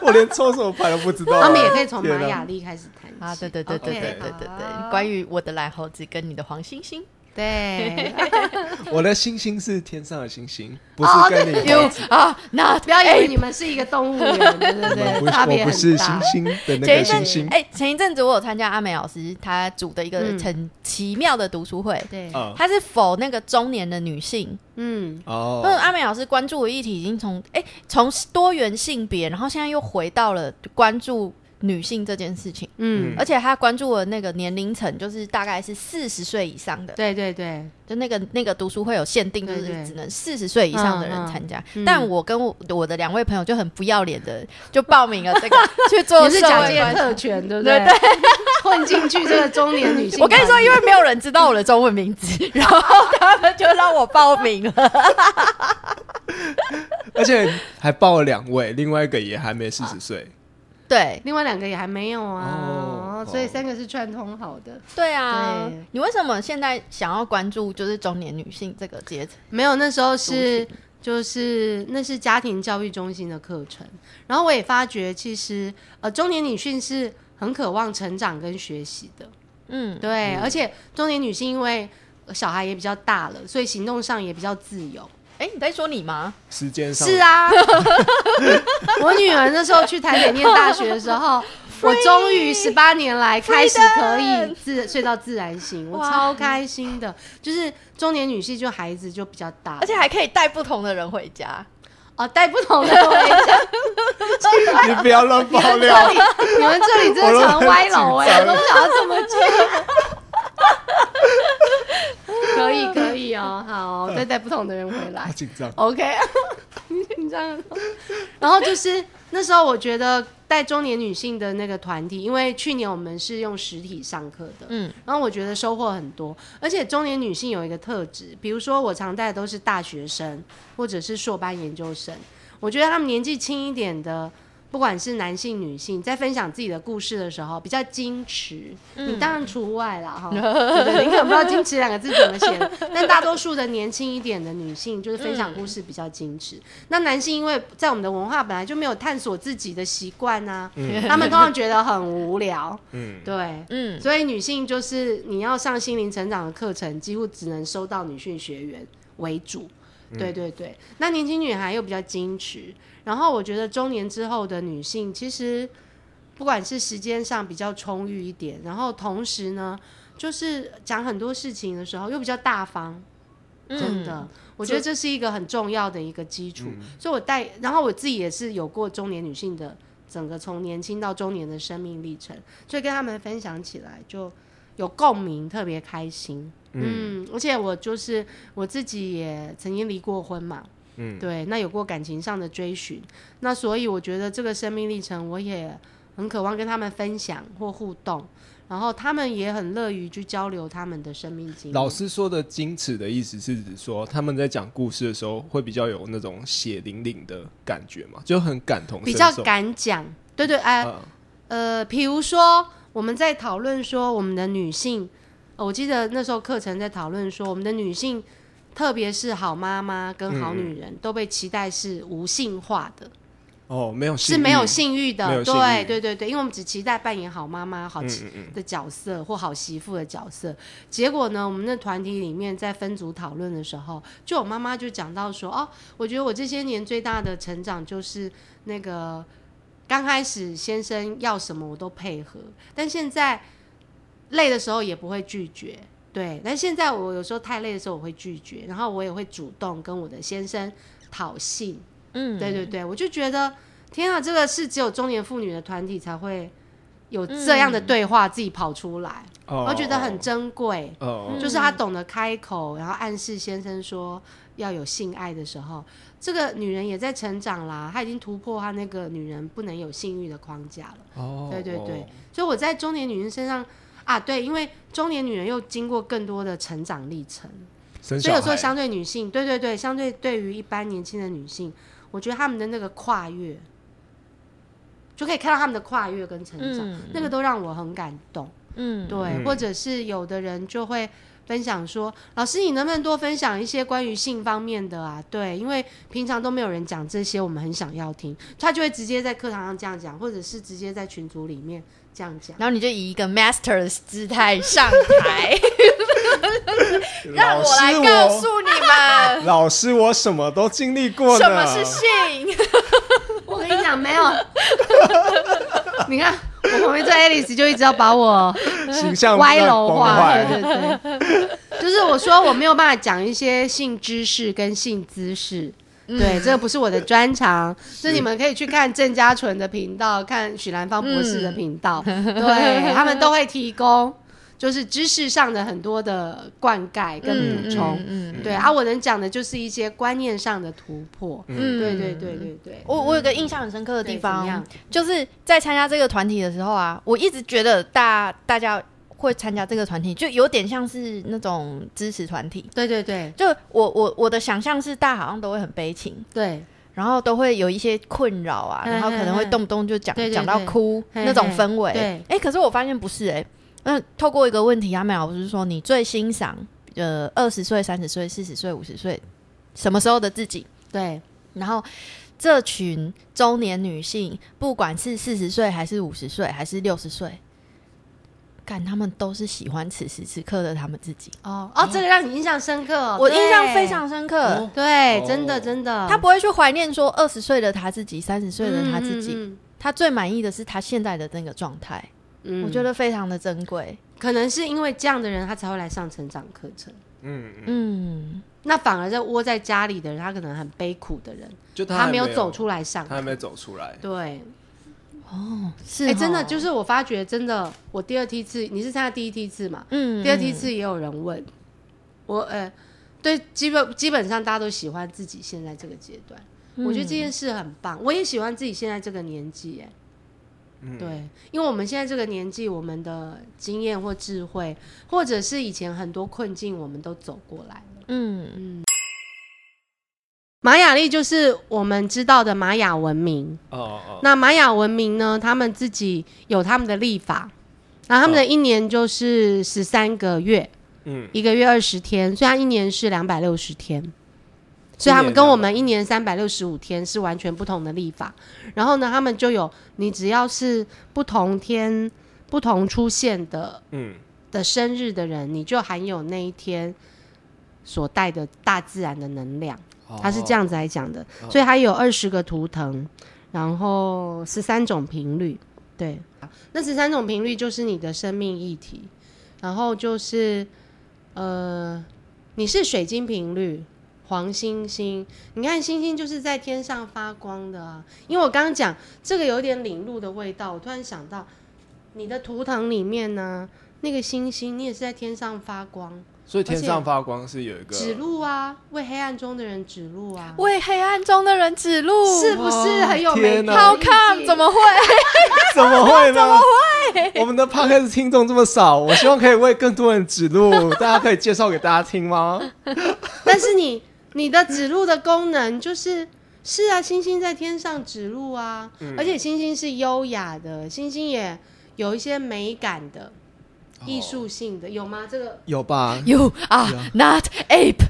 Speaker 1: 我连抽什么牌都不知道、
Speaker 2: 他们也可以从
Speaker 1: 天
Speaker 2: 玛
Speaker 1: 啊
Speaker 2: 雅历开始谈起。 哦
Speaker 3: 啊，对对对对对对对对
Speaker 2: OK，好
Speaker 3: 关于我的蓝猴子跟你的黄星星，
Speaker 2: 对，哎
Speaker 1: 我的星星是天上的星星，
Speaker 2: 哦
Speaker 1: 不是跟你
Speaker 3: ，you 啊，那
Speaker 2: 不要以为你们是一个动物园，对对
Speaker 1: 我
Speaker 2: 对，
Speaker 1: 不
Speaker 2: 差
Speaker 1: 是我
Speaker 2: 别
Speaker 1: 不
Speaker 2: 很
Speaker 1: 是星
Speaker 2: 大。
Speaker 1: 星的那
Speaker 3: 前
Speaker 1: 个星
Speaker 3: 一阵
Speaker 1: 星
Speaker 3: 子，，哎、前一阵子我有参加阿美老师她组的一个
Speaker 2: 嗯
Speaker 3: 很奇妙的读书会，
Speaker 2: 对，
Speaker 1: 嗯
Speaker 3: 她是否那个中年的女性？
Speaker 2: 嗯，
Speaker 1: 哦
Speaker 3: 嗯，，阿美老师关注的议题已经从哎从多元性别，然后现在又回到了关注女性这件事情，
Speaker 2: 嗯，
Speaker 3: 而且她关注的那个年龄层就是大概是四十岁以上的，
Speaker 2: 对对对，
Speaker 3: 就那个那个读书会有限定，就
Speaker 2: 对
Speaker 3: 是
Speaker 2: 对
Speaker 3: 只能四十岁以上的人参加。
Speaker 2: 嗯嗯
Speaker 3: 但我跟我我的两位朋友就很不要脸的就报名了 这个去做
Speaker 2: 也是
Speaker 3: 社
Speaker 2: 蒋
Speaker 3: 会
Speaker 2: 介
Speaker 3: 观察。
Speaker 2: 特权，对不
Speaker 3: 对
Speaker 2: 对？混进去这个中年女性团体，
Speaker 3: 我跟你说，因为没有人知道我的中文名 字，然后他们就让我报名了。
Speaker 1: 而且还报了两位，另外一个也还没四十岁，
Speaker 3: 对
Speaker 2: 另外两个也还没有啊，
Speaker 1: 哦
Speaker 2: 所以三个是串通好的。
Speaker 3: 对啊
Speaker 2: 对
Speaker 3: 你为什么现在想要关注就是中年女性这个阶层？
Speaker 2: 没有，那时候是就是那是家庭教育中心的课程，然后我也发觉，其实呃中年女性是很渴望成长跟学习的，
Speaker 3: 嗯，
Speaker 2: 对，而且中年女性因为呃小孩也比较大了，所以行动上也比较自由。
Speaker 3: 哎、你在说你吗？
Speaker 1: 时间上
Speaker 2: 是，啊，我女儿那时候去台北念大学的时候，我终于十八年来开始可以自睡到自然醒，我
Speaker 3: 哇
Speaker 2: 超开心的。就是中年女性，就孩子就比较大，
Speaker 3: 而且还可以带不同的人回家。
Speaker 2: 哦带不同的回家。
Speaker 1: 你不要乱爆料，
Speaker 2: 你们这里真的常歪楼哎、我都不想要这么接。可以可以哦，好，再带不同的人回来
Speaker 1: 好。紧张。
Speaker 2: OK，你这样。然后就是那时候，我觉得带中年女性的那个团体，因为去年我们是用实体上课的，
Speaker 3: 嗯，
Speaker 2: 然后我觉得收获很多。而且中年女性有一个特质，比如说我常带的都是大学生或者是硕班研究生，我觉得他们年纪轻一点的。不管是男性、女性，在分享自己的故事的时候，比较矜持，你当然除外啦，哈、对对对你可能不知道“矜持”两个字怎么写的，但大多数的年轻一点的女性，就是分享故事比较矜持。那男性因为在我们的文化本来就没有探索自己的习惯啊，他们通常觉得很无聊，
Speaker 1: 嗯，
Speaker 2: 对。
Speaker 3: 嗯，
Speaker 2: 所以女性就是你要上心灵成长的课程，几乎只能收到女性学员为主。对对对，那年轻女孩又比较矜持，然后我觉得中年之后的女性，其实不管是时间上比较充裕一点，然后同时呢，就是讲很多事情的时候又比较大方，真的，我觉得这是一个很重要的一个基础。所以我带，然后我自己也是有过中年女性的整个从年轻到中年的生命历程，所以跟他们分享起来就有共鸣，特别开心。嗯，而且我就是我自己也曾经离过婚嘛，
Speaker 1: 嗯，
Speaker 2: 对，那有过感情上的追寻，那所以我觉得这个生命历程，我也很渴望跟他们分享或互动，然后他们也很乐于去交流他们的生命经历。
Speaker 1: 老师说的矜持的意思是指说他们在讲故事的时候会比较有那种血淋淋的感觉嘛，就很感同
Speaker 2: 比
Speaker 1: 身
Speaker 2: 较
Speaker 1: 受。
Speaker 2: 敢讲，对对，哎、
Speaker 1: 嗯
Speaker 2: 呃，比如说我们在讨论说我们的女性，呃我记得那时候课程在讨论说我们的女性，特别是好妈妈跟好
Speaker 1: 嗯
Speaker 2: 女人、都被期待是无性化的，
Speaker 1: 哦，没有
Speaker 2: 是
Speaker 1: 性
Speaker 2: 没有
Speaker 1: 欲
Speaker 2: 性欲
Speaker 1: 没
Speaker 2: 的，
Speaker 1: 有性
Speaker 2: 对
Speaker 1: 欲嗯
Speaker 2: 对对对，因为我们只期待扮演好妈妈、好妻的角色、或好媳妇的角色。结果呢，我们那团体里面在分组讨论的时候，就有妈妈就讲到说，哦，我觉得我这些年最大的成长就是那个刚开始先生要什么我都配合，但现在累的时候也不会拒绝。对，但现在我有时候太累的时候我会拒绝，然后我也会主动跟我的先生讨性。
Speaker 3: 嗯，
Speaker 2: 对对对，我就觉得天啊，这个是只有中年妇女的团体才会有这样的对话自己跑出来，
Speaker 1: 哦，
Speaker 2: 我觉得很珍贵。
Speaker 1: 哦，
Speaker 2: 就是他懂得开口，然后暗示先生说要有性爱的时候，这个女人也在成长啦，她已经突破她那个女人不能有性欲的框架了。
Speaker 1: 哦，
Speaker 2: 对对对，所以我在中年女人身上啊，对，因为中年女人又经过更多的成长历程，
Speaker 1: 生
Speaker 2: 所以
Speaker 1: 小
Speaker 2: 有时候
Speaker 1: 孩，
Speaker 2: 相对女性，对对对，相对对于一般年轻的女性，我觉得她们的那个跨越，就可以看到她们的跨越跟成长，
Speaker 3: 嗯
Speaker 2: 那个都让我很感动。
Speaker 3: 嗯，
Speaker 2: 对，
Speaker 1: 嗯
Speaker 2: 或者是有的人就会分享说，老师你能不能多分享一些关于性方面的啊？对，因为平常都没有人讲这些，我们很想要听，他就会直接在课堂上这样讲，或者是直接在群组里面这样讲。
Speaker 3: 然后你就以一个 master 的姿态上台，让
Speaker 1: 老师
Speaker 3: 我来告诉你们
Speaker 1: 老师，我什么都经历过呢。
Speaker 3: 什么是性。
Speaker 2: 我跟你讲，没有。 你看，我旁边这 Alice 就一直要把我
Speaker 1: 形象
Speaker 2: 歪
Speaker 1: 在
Speaker 2: 楼
Speaker 1: 崩
Speaker 2: 化，
Speaker 1: 坏
Speaker 2: 对对 对，就是我说我没有办法讲一些性知识跟性姿势。
Speaker 3: 嗯
Speaker 2: 对，这个不是我的专长，所以你们可以去看郑家纯的频道，看许兰芳博士
Speaker 3: 嗯
Speaker 2: 的频 道，对他们都会提供就是知识上的很多的灌溉跟补充。
Speaker 3: 嗯，
Speaker 2: 对啊，我能讲的就是一些观念上的突破。
Speaker 3: 嗯
Speaker 2: 对对对对对，
Speaker 3: 我我有个印象很深刻的地
Speaker 2: 对怎么
Speaker 3: 方
Speaker 2: 样，
Speaker 3: 就是在参加这个团体的时候啊，我一直觉得大大家会参加这个团体，就有点像是那种支持团体。
Speaker 2: 对对对
Speaker 3: 就我我我的想象是，大家好像都会很悲情，
Speaker 2: 对，
Speaker 3: 然后都会有一些困扰啊，
Speaker 2: 嗯
Speaker 3: 然后可能会动不动就讲
Speaker 2: 嗯嗯对对
Speaker 3: 讲到哭
Speaker 2: 对
Speaker 3: 那种氛围。
Speaker 2: 对
Speaker 3: 哎，可是我发现不是哎，那透过一个问题，阿美老师说，你最欣赏呃二十岁、三十岁、四十岁、五十岁什么时候的自己？
Speaker 2: 对
Speaker 3: 然后这群中年女性，不管是四十岁还是五十岁还是六十岁，干他们都是喜欢此时此刻的他们自己。
Speaker 2: 哦哦，这个让你印象深刻哦，
Speaker 3: 我印象
Speaker 2: 对
Speaker 3: 非常深刻。
Speaker 1: 哦
Speaker 2: 对
Speaker 1: 哦，
Speaker 2: 真的真的，
Speaker 3: 他不会去怀念说二十岁的他自己，三十岁的他自己，
Speaker 2: 嗯嗯
Speaker 3: 他最满意的是他现在的那个状态，
Speaker 2: 嗯
Speaker 3: 我觉得非常的珍贵。
Speaker 2: 可能是因为这样的人，他才会来上成长课程。
Speaker 1: 嗯，嗯
Speaker 3: 嗯，
Speaker 2: 那反而在窝在家里的人，他可能很悲苦的人，
Speaker 1: 就
Speaker 2: 他
Speaker 1: 还
Speaker 2: 没
Speaker 1: 没
Speaker 2: 有走，出来上
Speaker 1: 他还
Speaker 2: 课。
Speaker 1: 没走出来。
Speaker 2: 对，
Speaker 3: 是
Speaker 2: 哎、
Speaker 3: 哦、
Speaker 2: 真的就是我发觉，真的，我第二梯次，你是参加第一梯次嘛？
Speaker 3: 嗯
Speaker 2: 第二梯，次也有人问我，呃，对，基本基本上大家都喜欢自己现在这个阶段，
Speaker 3: 嗯
Speaker 2: 我觉得这件事很棒，我也喜欢自己现在这个年纪，哎，
Speaker 1: 嗯，
Speaker 2: 对，因为我们现在这个年纪，我们的经验或智慧，或者是以前很多困境，我们都走过来了。
Speaker 3: 嗯
Speaker 2: 嗯，玛雅历就是我们知道的玛雅文明。
Speaker 1: 哦哦，
Speaker 2: 那玛雅文明呢，他们自己有他们的历法，然后他们的一年就是十三个月，
Speaker 1: 嗯，
Speaker 2: 一个月二十天，所以它一年是两百六十天。所以他们跟我们一年三百六十五天是完全不同的历法。然后呢，他们就有你只要是不同天、不同出现的
Speaker 1: 嗯，
Speaker 2: 的生日的人，你就含有那一天所带的大自然的能量。
Speaker 1: 哦嗯
Speaker 2: 它是这样子来讲的，所以它有二十个图腾，然后十三种频率，对，那十三种频率就是你的生命议题，然后就是呃，你是水晶频率。黄星星，你看星星就是在天上发光的啊！因为我刚刚讲这个有点领路的味道，我突然想到，你的图腾里面呢，那个星星你也是在天上发光，
Speaker 1: 哦，所以天
Speaker 2: 而且
Speaker 1: 上发光是有一个
Speaker 2: 指路啊，为黑暗中的人指路啊。
Speaker 3: 为黑暗中的人指路，
Speaker 2: 是不是很有美
Speaker 1: 天
Speaker 2: 感？
Speaker 1: 哪
Speaker 3: 好看？怎么会？
Speaker 1: 怎么会呢？怎么会？我们的 podcast 听众这么少，我希望可以为更多人指路， 大家可以介绍给大家听吗？
Speaker 2: 但是你你的指路的功能就是是啊，星星在天上指路啊，
Speaker 1: 嗯
Speaker 2: 而且星星是优雅的，星星也有一些美感的、
Speaker 1: 哦
Speaker 2: 艺术性的，有吗？这个
Speaker 1: 有吧？
Speaker 3: You are not ape。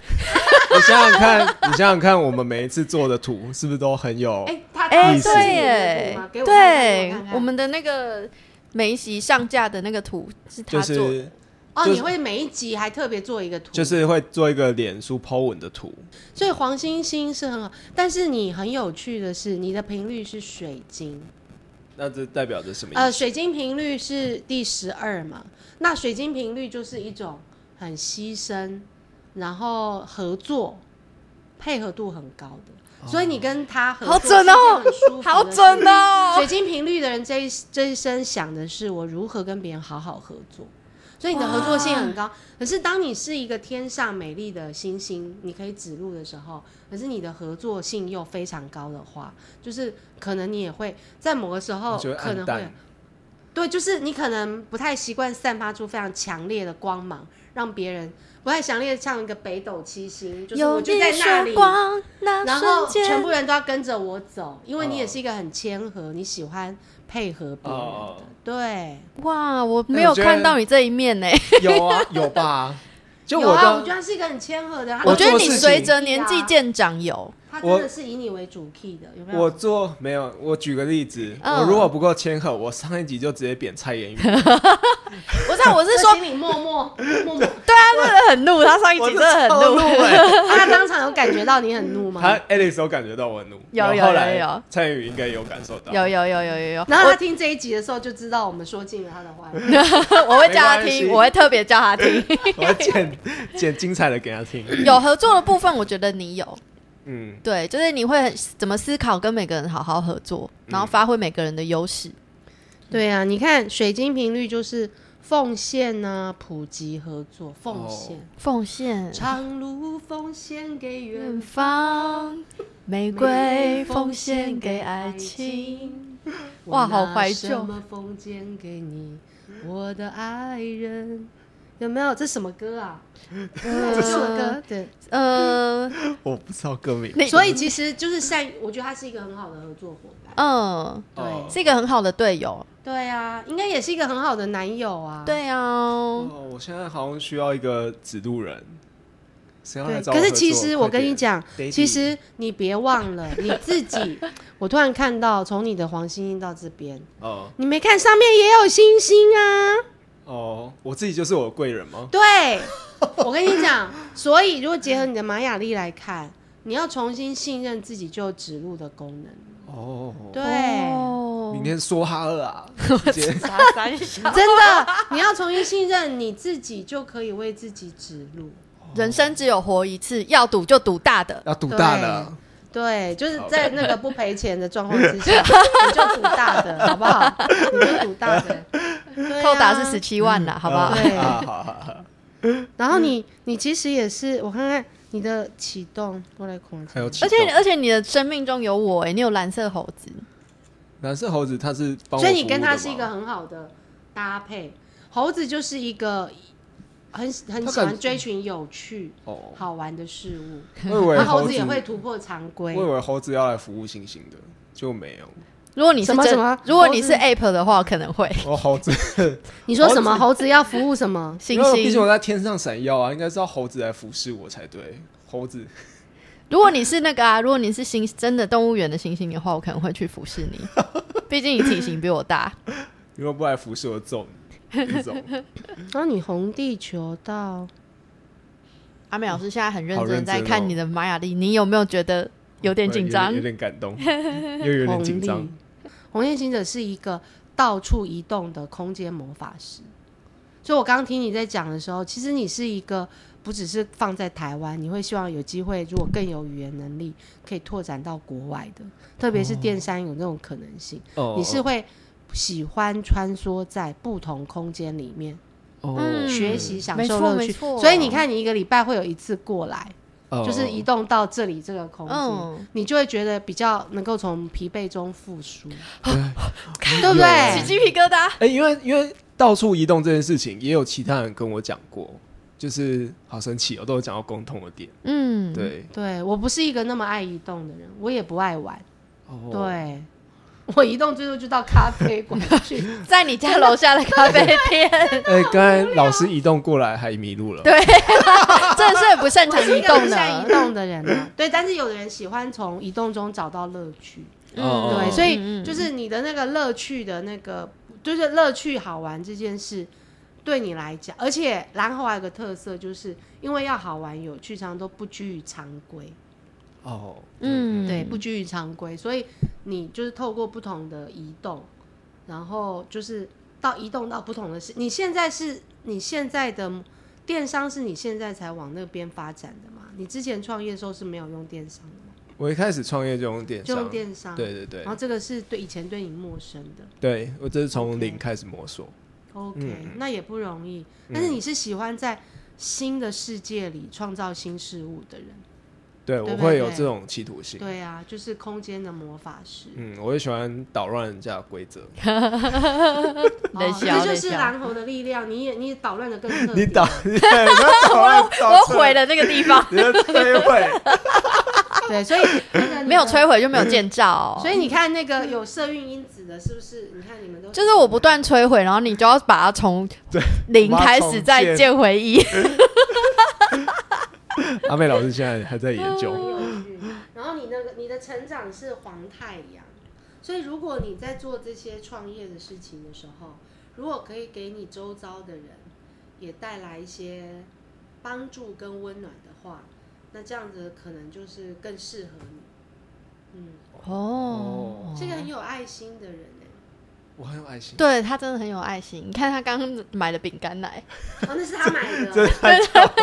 Speaker 1: 你想想看， 你想想看，我们每一次做的图是不是都很有？
Speaker 2: 哎，他
Speaker 3: 哎、
Speaker 1: 意思
Speaker 3: 对耶，对，我们的那个梅西上架的那个图是他
Speaker 1: 就
Speaker 3: 做的，
Speaker 1: 是
Speaker 2: 哦，
Speaker 1: 就是
Speaker 2: 你会每一集还特别做一个图，
Speaker 1: 就是会做一个脸书 Po 文的图，
Speaker 2: 所以黄星星是很好，但是你很有趣的是，你的频率是水晶，
Speaker 1: 那这代表着什么意思？
Speaker 2: 呃，水晶频率是第十二嘛？那水晶频率就是一种很牺牲，然后合作，配合度很高
Speaker 1: 哦
Speaker 2: 的，所以你跟他合作
Speaker 3: 好准哦
Speaker 2: 是一件很舒服的事
Speaker 3: 好准哦
Speaker 2: 水，晶频率的人这一这一生想的是我如何跟别人好好合作，所以你的合作性很高。可是当你是一个天上美丽的星星，你可以指路的时候，可是你的合作性又非常高的话，就是可能你也会在某个时候
Speaker 1: 你就会
Speaker 2: 呃哦可
Speaker 1: 暗
Speaker 2: 能会嗯
Speaker 1: 淡。
Speaker 2: 对，就是你可能不太习惯散发出非常强烈的光芒，让别人不太强烈，像一个北斗七星， 就是
Speaker 3: 有
Speaker 2: 我就在
Speaker 3: 一
Speaker 2: 那
Speaker 3: 束
Speaker 2: 里。
Speaker 3: 光，那
Speaker 2: 然后全
Speaker 3: 瞬间
Speaker 2: 部人都要跟着我走，因为你也
Speaker 1: 哦
Speaker 2: 是一个很谦和，你喜欢配合别人的，
Speaker 1: 哦
Speaker 2: 对。
Speaker 3: 哇，我没
Speaker 1: 哎
Speaker 3: 有
Speaker 1: 我觉得
Speaker 3: 看到你这一面呢、
Speaker 1: 有啊，有吧？就
Speaker 2: 有
Speaker 1: 我
Speaker 2: 啊，我
Speaker 1: 当
Speaker 2: 觉得他是一个很谦和的。他
Speaker 1: 我
Speaker 3: 我觉得
Speaker 1: 做
Speaker 3: 你
Speaker 1: 事情
Speaker 3: 随着年纪渐长有，
Speaker 2: 他真的是以你为主 key 的，有没有？
Speaker 1: 我做没有，我举个例子，
Speaker 3: 嗯
Speaker 1: 我如果不够谦和，我上一集就直接贬蔡妍宇，
Speaker 3: 不是啊，我是
Speaker 2: 在
Speaker 3: 说，
Speaker 2: 心里默默默默，
Speaker 3: 对啊，真的很怒，他上一
Speaker 1: 我
Speaker 3: 集真的很
Speaker 1: 超怒。
Speaker 3: 怒
Speaker 1: 欸
Speaker 2: 他当场有感觉到你很怒吗？
Speaker 1: 他 Alex 有感觉到我很怒，
Speaker 3: 有
Speaker 1: 然后
Speaker 3: 有
Speaker 1: 后来
Speaker 3: 有有
Speaker 1: 蔡妍宇应该有感受到，
Speaker 3: 有有有有有有，
Speaker 2: 然后他听这一集的时候就知道我们说尽了他的坏话。
Speaker 3: 我我会叫他
Speaker 1: 没关系
Speaker 3: 听，我会特别叫他听。
Speaker 1: 我要剪剪精彩的给他听，
Speaker 3: 有合作的部分，我觉得你有，
Speaker 1: 嗯，
Speaker 3: 对，就是你会很怎么思考跟每个人好好合作，
Speaker 1: 嗯
Speaker 3: 然后发挥每个人的优势。嗯
Speaker 2: 对啊，你看水晶频率就是奉献呐、普及合作，奉献。
Speaker 3: 奉献
Speaker 2: 长路奉献给
Speaker 3: 远
Speaker 2: 远方，
Speaker 3: 方，玫瑰奉献给爱情。。哇好怀旧
Speaker 2: 什么奉献给你，我的爱人？有没有？这什么歌啊？
Speaker 3: 嗯
Speaker 2: 这什么歌？对，
Speaker 3: 呃，
Speaker 1: 我不知道歌名，
Speaker 3: 你
Speaker 2: 所以其实就是善，我觉得他是一个很好的合作伙伴。
Speaker 3: 嗯，
Speaker 2: 对
Speaker 1: 哦
Speaker 3: 是一个很好的队友。
Speaker 2: 对啊，应该也是一个很好的男友啊。
Speaker 3: 对啊，
Speaker 1: 哦，我现在好像需要一个指路人，谁要来
Speaker 2: 对，
Speaker 1: 找我
Speaker 2: 可是
Speaker 1: 合
Speaker 2: 其
Speaker 1: 作
Speaker 2: 实
Speaker 1: 快
Speaker 2: 我跟
Speaker 1: 点
Speaker 2: 你讲
Speaker 1: Daddy，
Speaker 2: 其实你别忘了你自己。我突然看到，从你的黄星星到这边，
Speaker 1: 哦
Speaker 2: 你没看上面也有星星啊？
Speaker 1: 哦，我自己就是我的贵人 吗？
Speaker 2: 对，我跟你讲，所以如果结合你的玛雅历来看，你要重新信任自己，就有指路的功能。
Speaker 1: 哦，
Speaker 2: 对，
Speaker 3: 哦
Speaker 1: 明天说哈了 啊，直接
Speaker 3: 傻傻笑
Speaker 2: 真的，你要重新信任你自己，就可以为自己指路。
Speaker 3: 人生只有活一次，要赌就赌大的。
Speaker 1: 要赌大的，
Speaker 2: 对，就是在那个不赔钱的状况之 下，你就赌大的，好不好？你就赌大 的，对啊
Speaker 3: 扣打是十七万啦，好 不好？
Speaker 2: 对
Speaker 1: 啊，好好好，
Speaker 2: 然后你，你其实也是，我看看你的启动，我来看一下
Speaker 1: 还有启
Speaker 3: 而
Speaker 1: 动
Speaker 3: 且而且你的生命中有我哎、你有蓝色猴子，
Speaker 1: 蓝色猴子他是帮我
Speaker 2: 所以你
Speaker 1: 服务
Speaker 2: 跟他
Speaker 1: 的
Speaker 2: 是一
Speaker 1: 吗
Speaker 2: 个很好的搭配。猴子就是一个很很
Speaker 1: 他
Speaker 2: 喜
Speaker 1: 感
Speaker 2: 欢追寻有趣、
Speaker 1: 哦，
Speaker 2: 好玩的事物，
Speaker 1: 我以为
Speaker 2: 然后
Speaker 1: 猴
Speaker 2: 猴子也会突破常规
Speaker 1: 我。以为猴子要来服务星星的，就没 有。
Speaker 3: 如果你是
Speaker 2: 什么
Speaker 3: 真
Speaker 2: 什么
Speaker 3: 如果你是
Speaker 2: 猴子
Speaker 3: App 的话，可能 会
Speaker 1: 我哦猴子，
Speaker 2: 你说什么？猴子要服务什么？
Speaker 3: 星
Speaker 1: 因为毕竟我
Speaker 3: 星。
Speaker 1: 在天上闪耀啊，应该是要猴子来服侍我才对。猴子，
Speaker 3: 如果你是那个啊，如果你是星真的动物园的星星的话，我可能会去 服侍你，毕竟你体型比我大。
Speaker 1: 如果不来服侍我，揍你。这 种
Speaker 2: 然后啊你红地球到
Speaker 3: 阿美老师现在很认
Speaker 1: 好认
Speaker 3: 真在
Speaker 1: 真哦
Speaker 3: 看你的玛雅历，你有没有觉得有点紧 张
Speaker 1: 有？点感动，又有点
Speaker 2: 红
Speaker 1: 紧
Speaker 2: 力
Speaker 1: 张。，
Speaker 2: 红夜行者是一个到处移动的空间魔法师。所以我刚听你在讲的时候，其实你是一个不只是放在台湾，你会希望有机会，如果更有语言能力，可以拓展到国外的，特别是电山有这种可能性。
Speaker 1: 哦
Speaker 2: 你是会喜欢穿梭在不同空间里面、
Speaker 1: 哦
Speaker 3: 嗯
Speaker 2: 学习、享
Speaker 3: 没
Speaker 2: 受
Speaker 3: 错
Speaker 2: 乐
Speaker 3: 没
Speaker 2: 趣，
Speaker 3: 错
Speaker 2: 所以你看你一个礼拜会有一次过来，
Speaker 1: 哦
Speaker 2: 就是移动到这里这个空间。
Speaker 3: 嗯，
Speaker 2: 你就会觉得比较能够从疲惫中复苏，
Speaker 1: 哦有
Speaker 2: 对不对
Speaker 3: 起鸡皮疙瘩。
Speaker 1: 哎、因为因为到处移动这件事情，也有其他人跟我讲过，就是好神奇哦，都有讲到共同的点。
Speaker 3: 嗯，
Speaker 1: 对，
Speaker 2: 对我不是一个那么爱移动的人，我也不爱玩。
Speaker 1: 哦，
Speaker 2: 对，我移动最多就到咖啡馆 去。
Speaker 3: 在你家楼下的咖啡 店，
Speaker 1: 哎、刚才老师移动过来还迷路了。对，
Speaker 3: 真的是很不擅
Speaker 2: 我
Speaker 3: 长
Speaker 2: 是一
Speaker 3: 移
Speaker 2: 个
Speaker 3: 动
Speaker 2: 很善
Speaker 3: 呢
Speaker 2: 移。动的人啊，对。但是有的人喜欢从移动中找到乐趣，
Speaker 3: 哦
Speaker 2: 对，所
Speaker 3: 嗯嗯
Speaker 2: 以就是你的那个乐趣的那个，就是乐趣好玩这件事。对你来讲，而且然后还有个特色，就是因为要好玩有趣，常常都不拘于常规。
Speaker 1: 哦，嗯，
Speaker 3: 嗯，
Speaker 2: 对，不拘于常规，所以你就是透过不同的移动，然后就是到移动到不同的事。你现在是你现在的电商是你现在才往那边发展的嘛？你之前创业的时候是没有用电商的嘛？
Speaker 1: 我一开始创业就用电
Speaker 2: 就
Speaker 1: 商，
Speaker 2: 用电商，
Speaker 1: 对对对
Speaker 2: 然后这个是对以前对你陌生的
Speaker 1: 对，我这是从
Speaker 2: OK
Speaker 1: 零开始摸索。
Speaker 2: ，OK，、
Speaker 1: 嗯
Speaker 2: 那也不容易。但是你是喜欢在新的世界里创造新事物的人，
Speaker 1: 对，
Speaker 2: 对
Speaker 1: 我
Speaker 2: 对
Speaker 1: 会有
Speaker 2: 对
Speaker 1: 这种企图心。
Speaker 2: 对啊，就是空间的魔法师。
Speaker 1: 嗯，我也喜欢捣乱人家的规则。
Speaker 3: 冷
Speaker 2: 哦，
Speaker 3: 笑
Speaker 2: 这就
Speaker 3: 冷
Speaker 2: 是
Speaker 3: 笑
Speaker 2: 蓝猴的力量，你也你也捣乱的更特
Speaker 1: 你
Speaker 2: 别。
Speaker 1: 捣，你在捣乱，
Speaker 3: 我毁了这个地方，
Speaker 1: 你在 摧毁。
Speaker 2: 对，所以那个你
Speaker 3: 没有
Speaker 2: 的
Speaker 3: 摧毁就没有建造，
Speaker 2: 所以你看那个有社运因子的，是不是？你看你们都
Speaker 3: 就是我不断摧毁，然后你就要把它从零
Speaker 1: 把它
Speaker 3: 开
Speaker 1: 重
Speaker 3: 始再
Speaker 1: 建
Speaker 3: 建回忆。
Speaker 1: 阿妹老师现在还在研究。
Speaker 2: 嗯很有趣然后你成长是黄太阳，所以如果你在做这些创业的事情的时候，如果可以给你周遭的人也带来一些帮助跟温暖的话，那这样子可能就是更适合你。嗯，
Speaker 3: 哦，
Speaker 2: 是一个很有爱心的人哎、
Speaker 1: 我很有爱 心，
Speaker 3: 对他真的很有爱心。你看他刚刚买了饼干 来，
Speaker 2: 哦，那是他买 的哦、
Speaker 1: 这太巧了。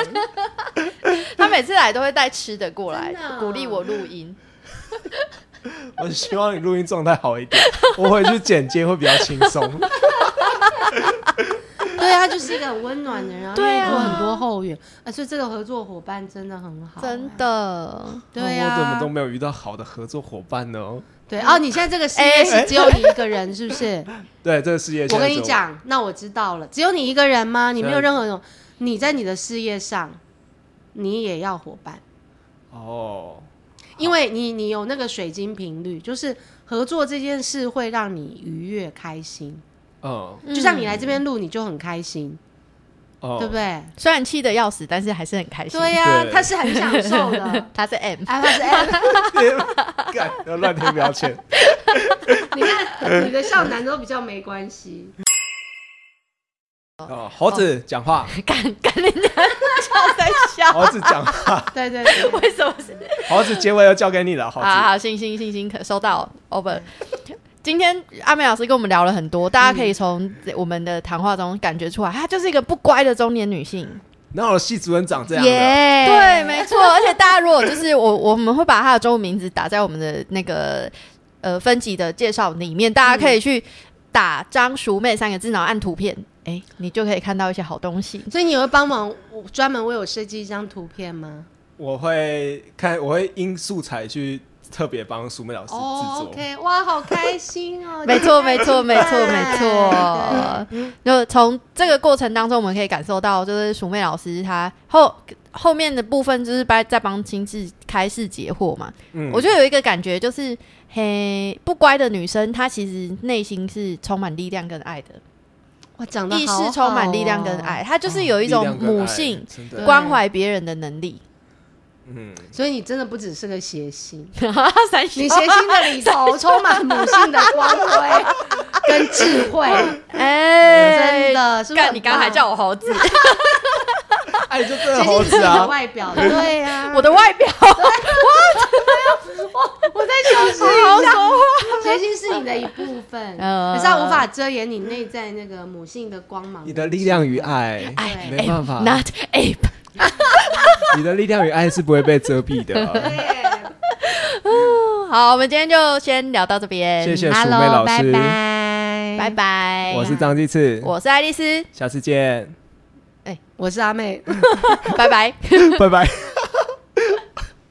Speaker 3: 他每次来都会带吃的过来
Speaker 2: 真的，
Speaker 3: 鼓励我录音。
Speaker 1: 我希望你录音状态好一点，我回去剪接会比较轻松。
Speaker 2: 对他就是一个很温暖的人，然后
Speaker 3: 对
Speaker 2: 愿
Speaker 3: 啊
Speaker 2: 意做很多后援，而且这个合作伙伴真的很好，啊
Speaker 3: 真，的，
Speaker 2: 对啊
Speaker 1: 我怎么
Speaker 2: 呀
Speaker 1: 都，没有遇到好的合作伙伴呢？
Speaker 2: 对哦，你现在这个事业
Speaker 3: 哎
Speaker 2: 是只有你一个人，是不是？
Speaker 1: 对，这个世界
Speaker 2: 我
Speaker 1: 现在
Speaker 2: 跟
Speaker 1: 只
Speaker 2: 你
Speaker 1: 有，
Speaker 2: 讲，那我知道了，只有你一个人吗？你没有
Speaker 1: 现在
Speaker 2: 任何人，你在你的事业上，你也要伙伴，
Speaker 1: 哦，
Speaker 2: 因为你你有那个水晶频率，就是合作这件事会让你愉悦开心，
Speaker 1: 嗯，
Speaker 2: 就像你来这边录，你就很开心，
Speaker 1: 哦，
Speaker 2: 对不对？
Speaker 3: 虽然气得要死，但是还是很开心。。
Speaker 2: 对呀、
Speaker 1: 对
Speaker 2: 他是很享受 的
Speaker 3: 他是 M，
Speaker 2: 哎，他是 M，
Speaker 1: 对？ 干，要乱贴标 签。
Speaker 2: 你看哎你的笑男都比较没关系。
Speaker 1: 哦，猴子讲话，
Speaker 3: 敢敢人家叫在 笑，
Speaker 1: 猴子讲话，
Speaker 2: 对 对对，
Speaker 3: 为什么是？
Speaker 1: 猴子结尾要交给你了，猴
Speaker 3: 好
Speaker 1: 子。
Speaker 3: 好，行行行行，可收到，over。今天阿美老师跟我们聊了很多，大家可以从我们的谈话中感觉出来，她就是一个不乖的中年女性。
Speaker 1: 哪有系主任长这样的？
Speaker 3: 耶，对，
Speaker 2: 对
Speaker 3: 没错。 而且大家如果就是我，我们会把她的中文名字打在我们的那个呃分级的介绍里面，大家可以去打“张淑妹”三个字，然后按图片，哎、你就可以看到一些好东西。
Speaker 2: 所以你会帮忙我专门为我设计一张图片吗？
Speaker 1: 我会看，我会因素材去特别帮苏妹老师制
Speaker 2: 哦
Speaker 1: 作。
Speaker 2: ，OK，哇，好开心哦！
Speaker 3: 没错，没错，没错，没
Speaker 2: 对
Speaker 3: 错。就从这个过程当中，我们可以感受到，就是鼠妹老师她后后面的部分，就是在在帮亲自开市解惑嘛。
Speaker 1: 嗯
Speaker 3: 我觉得有一个感觉就是，嘿，不乖的女生，她其实内心是充满力量跟爱的，
Speaker 2: 哇，长得哦
Speaker 3: 意识充满力量跟，爱，她就是有一种母性，
Speaker 1: 哦力量跟爱真
Speaker 2: 对
Speaker 1: 的
Speaker 3: 关怀别人的 能力。
Speaker 1: 嗯，
Speaker 2: 所以你真的不只是个谐星，
Speaker 3: 三十
Speaker 2: 你谐星的里头充满母性的光辉 跟智 慧，
Speaker 3: 哎，
Speaker 2: 真的是不是
Speaker 3: 干
Speaker 2: 很
Speaker 3: 你刚才还
Speaker 2: 棒
Speaker 3: 叫我 猴子，
Speaker 1: 哎，就这
Speaker 2: 谐
Speaker 1: 个
Speaker 2: 星
Speaker 1: 猴
Speaker 2: 是
Speaker 1: 子
Speaker 2: 你的
Speaker 1: 啊，
Speaker 2: 外表， 对啊呀，
Speaker 3: 我的外表
Speaker 2: 我在休息
Speaker 3: 好
Speaker 2: 一
Speaker 3: 说
Speaker 2: 下。
Speaker 3: 话。
Speaker 2: 谐星是你的一部分，
Speaker 3: 呃
Speaker 2: 可是它无法遮掩你内在那个母性的光芒。
Speaker 1: 你的力量与爱，
Speaker 2: 哎
Speaker 1: 没办法，
Speaker 3: Not ape。
Speaker 1: 你的力量与爱是不会被遮蔽 的。
Speaker 2: 对，
Speaker 3: 好，我们今天就先聊到这边，
Speaker 1: 谢谢
Speaker 2: h
Speaker 1: 鼠
Speaker 2: e
Speaker 1: 妹老
Speaker 2: 拜
Speaker 1: 师，
Speaker 2: 拜，
Speaker 3: 拜，拜。
Speaker 1: 我是张继次，
Speaker 3: 我是爱丽丝，
Speaker 1: 下次见，
Speaker 2: 我是阿妹。
Speaker 3: 拜拜。
Speaker 1: 拜拜。